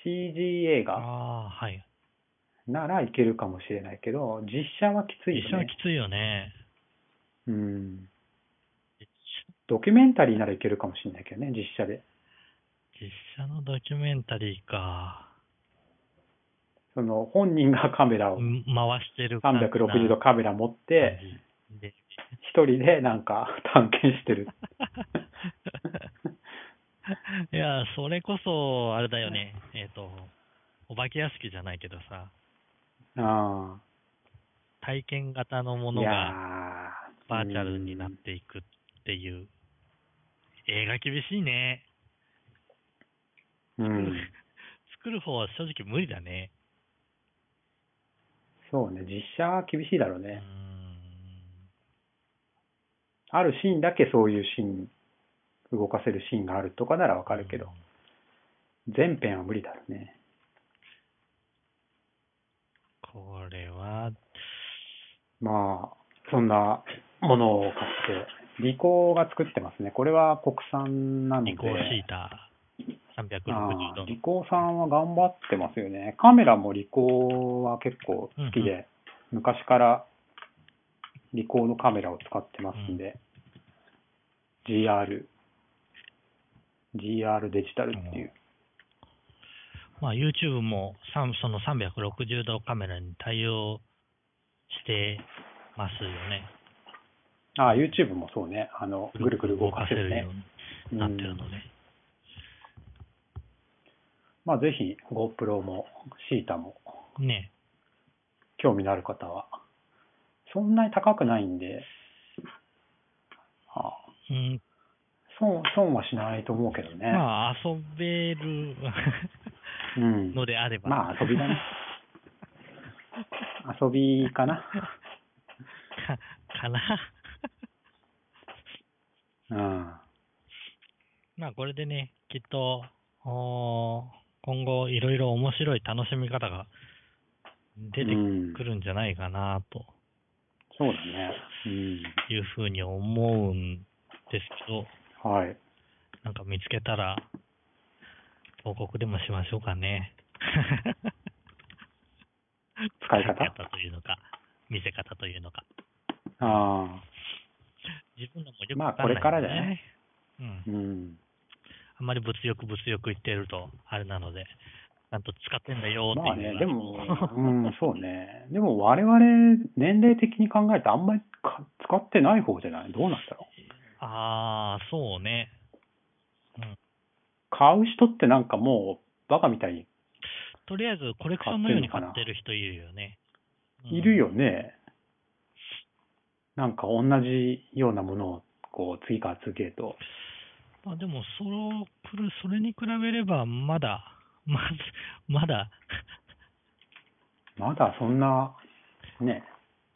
Speaker 1: ?CG 映画
Speaker 2: ああ、はい。
Speaker 1: ならいけるかもしれないけど、実写はきつい
Speaker 2: 一緒
Speaker 1: よ
Speaker 2: は
Speaker 1: ね
Speaker 2: き。ついよね。
Speaker 1: うん。ドキュメンタリーならいけるかもしれないけどね、実写で。
Speaker 2: 実写のドキュメンタリーか。
Speaker 1: その、本人がカメラを、
Speaker 2: ん回してる感じな
Speaker 1: 360度カメラ持って、
Speaker 2: 感じで。
Speaker 1: 一人でなんか 探検してる。
Speaker 2: いや、それこそ、あれだよね。えっ、と、お化け屋敷じゃないけどさ、
Speaker 1: あ
Speaker 2: 体験型の
Speaker 1: あ。
Speaker 2: も
Speaker 1: い
Speaker 2: の
Speaker 1: や
Speaker 2: が
Speaker 1: ー
Speaker 2: バーチャルになっていくっていう。映画厳しいね。
Speaker 1: うん。
Speaker 2: 作る方は正直無理だね。
Speaker 1: そうね、実写は厳しいだろう
Speaker 2: うー
Speaker 1: ね。
Speaker 2: ん。
Speaker 1: あるシーンだけそういうシーン、動かせるシーンがあるとかならわかるけど、全編は無理だろうね。
Speaker 2: これは、
Speaker 1: まあ、そんなものを買って、リコーが作ってますね。これは国産なので。
Speaker 2: リコーシータ360
Speaker 1: あ
Speaker 2: 度
Speaker 1: ー。リコーさんは頑張ってますよね。カメラもリコーは結構好きで、
Speaker 2: うん
Speaker 1: 昔からリコーのカメラを使ってますんで、GR、GR デジタルっていう。
Speaker 2: まあ、YouTube もさんその360度カメラに対応してますよね。
Speaker 1: ああ、YouTube もそうね。あの、ぐるぐる動かせるね
Speaker 2: よ。うになってるので。
Speaker 1: まあ、ぜひ GoPro も Ceta も
Speaker 2: ね。
Speaker 1: 興味のある方は。そんなに高くないんで、ああ
Speaker 2: うん、
Speaker 1: 損損はしないと思うけどね。
Speaker 2: まあ、遊べる
Speaker 1: うん。
Speaker 2: のであれば。
Speaker 1: まあ遊びだ ね。遊びかな。
Speaker 2: か、かな。
Speaker 1: うん。
Speaker 2: まあ、これでね、きっと、おー今後、いろいろ面白い楽しみ方が出て
Speaker 1: うん
Speaker 2: くるんじゃないかな、と
Speaker 1: そうだね。う
Speaker 2: いうふうに思うんですけど、
Speaker 1: ん。はい。
Speaker 2: なんか見つけたら、報告でもしましょうかね。
Speaker 1: 使い
Speaker 2: 使い
Speaker 1: 方
Speaker 2: 方というのか、見せ方というのか。
Speaker 1: ああ。
Speaker 2: 自分のもよく
Speaker 1: まあ
Speaker 2: わんない
Speaker 1: これからじゃ
Speaker 2: よ
Speaker 1: な
Speaker 2: ね。うん
Speaker 1: う。ん。
Speaker 2: あんまり物欲物欲言ってると、あれなので、ちゃんと使ってんだよっていう
Speaker 1: まあ
Speaker 2: の
Speaker 1: ね、
Speaker 2: が
Speaker 1: でも、うん、そうね。でも我々、年齢的に考えるとあんまりか使ってない方じゃないどうなんだろう。
Speaker 2: ああ、そうね。うん。
Speaker 1: 買う人ってなんかもう、バカみたいに
Speaker 2: とりあえず、コレクションのように買ってる人いるよね。
Speaker 1: いるよね。なんか同じようなものを、こう、次から次へと。
Speaker 2: うん。まあでも、それをくるそれに比べれば、まだ、まず、 まだ、
Speaker 1: まだそんな、ね、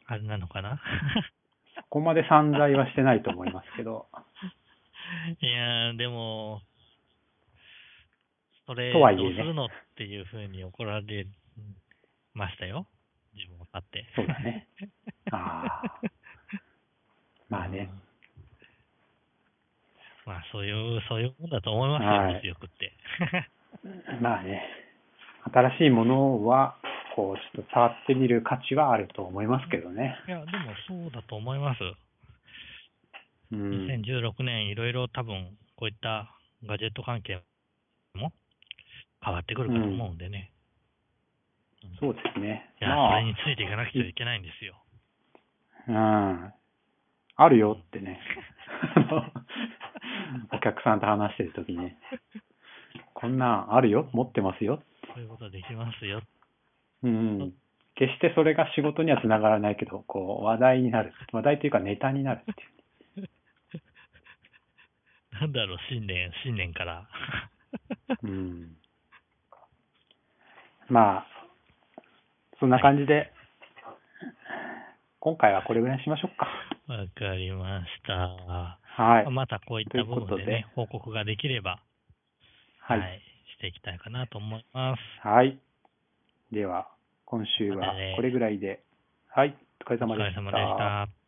Speaker 2: あれなのかな
Speaker 1: そこまで散財はしてないと思いますけ ど。
Speaker 2: いやー、でも、それ、
Speaker 1: と
Speaker 2: どう
Speaker 1: はいえね
Speaker 2: するのっていうふうに怒られましたよ。自分を買って。
Speaker 1: そうだね。ああ。 まあね。
Speaker 2: まあ、そういう、そういうもんだと思いますよ、
Speaker 1: はい
Speaker 2: 物欲って。
Speaker 1: まあね。新しいものは、こう、ちょっと触ってみる価値はあると思いますけどね。
Speaker 2: いや、でもそうだと思います。
Speaker 1: うん。
Speaker 2: 2016年、いろいろ多分、こういったガジェット関係も変わってくるかと思うんでね。
Speaker 1: そうですね。
Speaker 2: いや、そ
Speaker 1: まあ
Speaker 2: れについていかなくちゃいけないんですよ。
Speaker 1: うん。あるよってね。お客さんと話してるときに、こんなんあるよ、持ってますよ。
Speaker 2: こういうことできますよ。
Speaker 1: うん。決してそれが仕事にはつながらないけど、こう、話題になる。話題というかネタになるっていう。
Speaker 2: なんだろう、新年、新 年から。
Speaker 1: うんまあ、そんな感じで、今回はこれぐらいにしましょうか。
Speaker 2: わかりました。
Speaker 1: はい。
Speaker 2: またこういった部分でね、報告ができれば、
Speaker 1: はい。
Speaker 2: していきたいかなと思います。
Speaker 1: はい。では、今週はこれぐらいで。はい。お疲れ
Speaker 2: お
Speaker 1: 様
Speaker 2: 疲
Speaker 1: で
Speaker 2: れ様でした。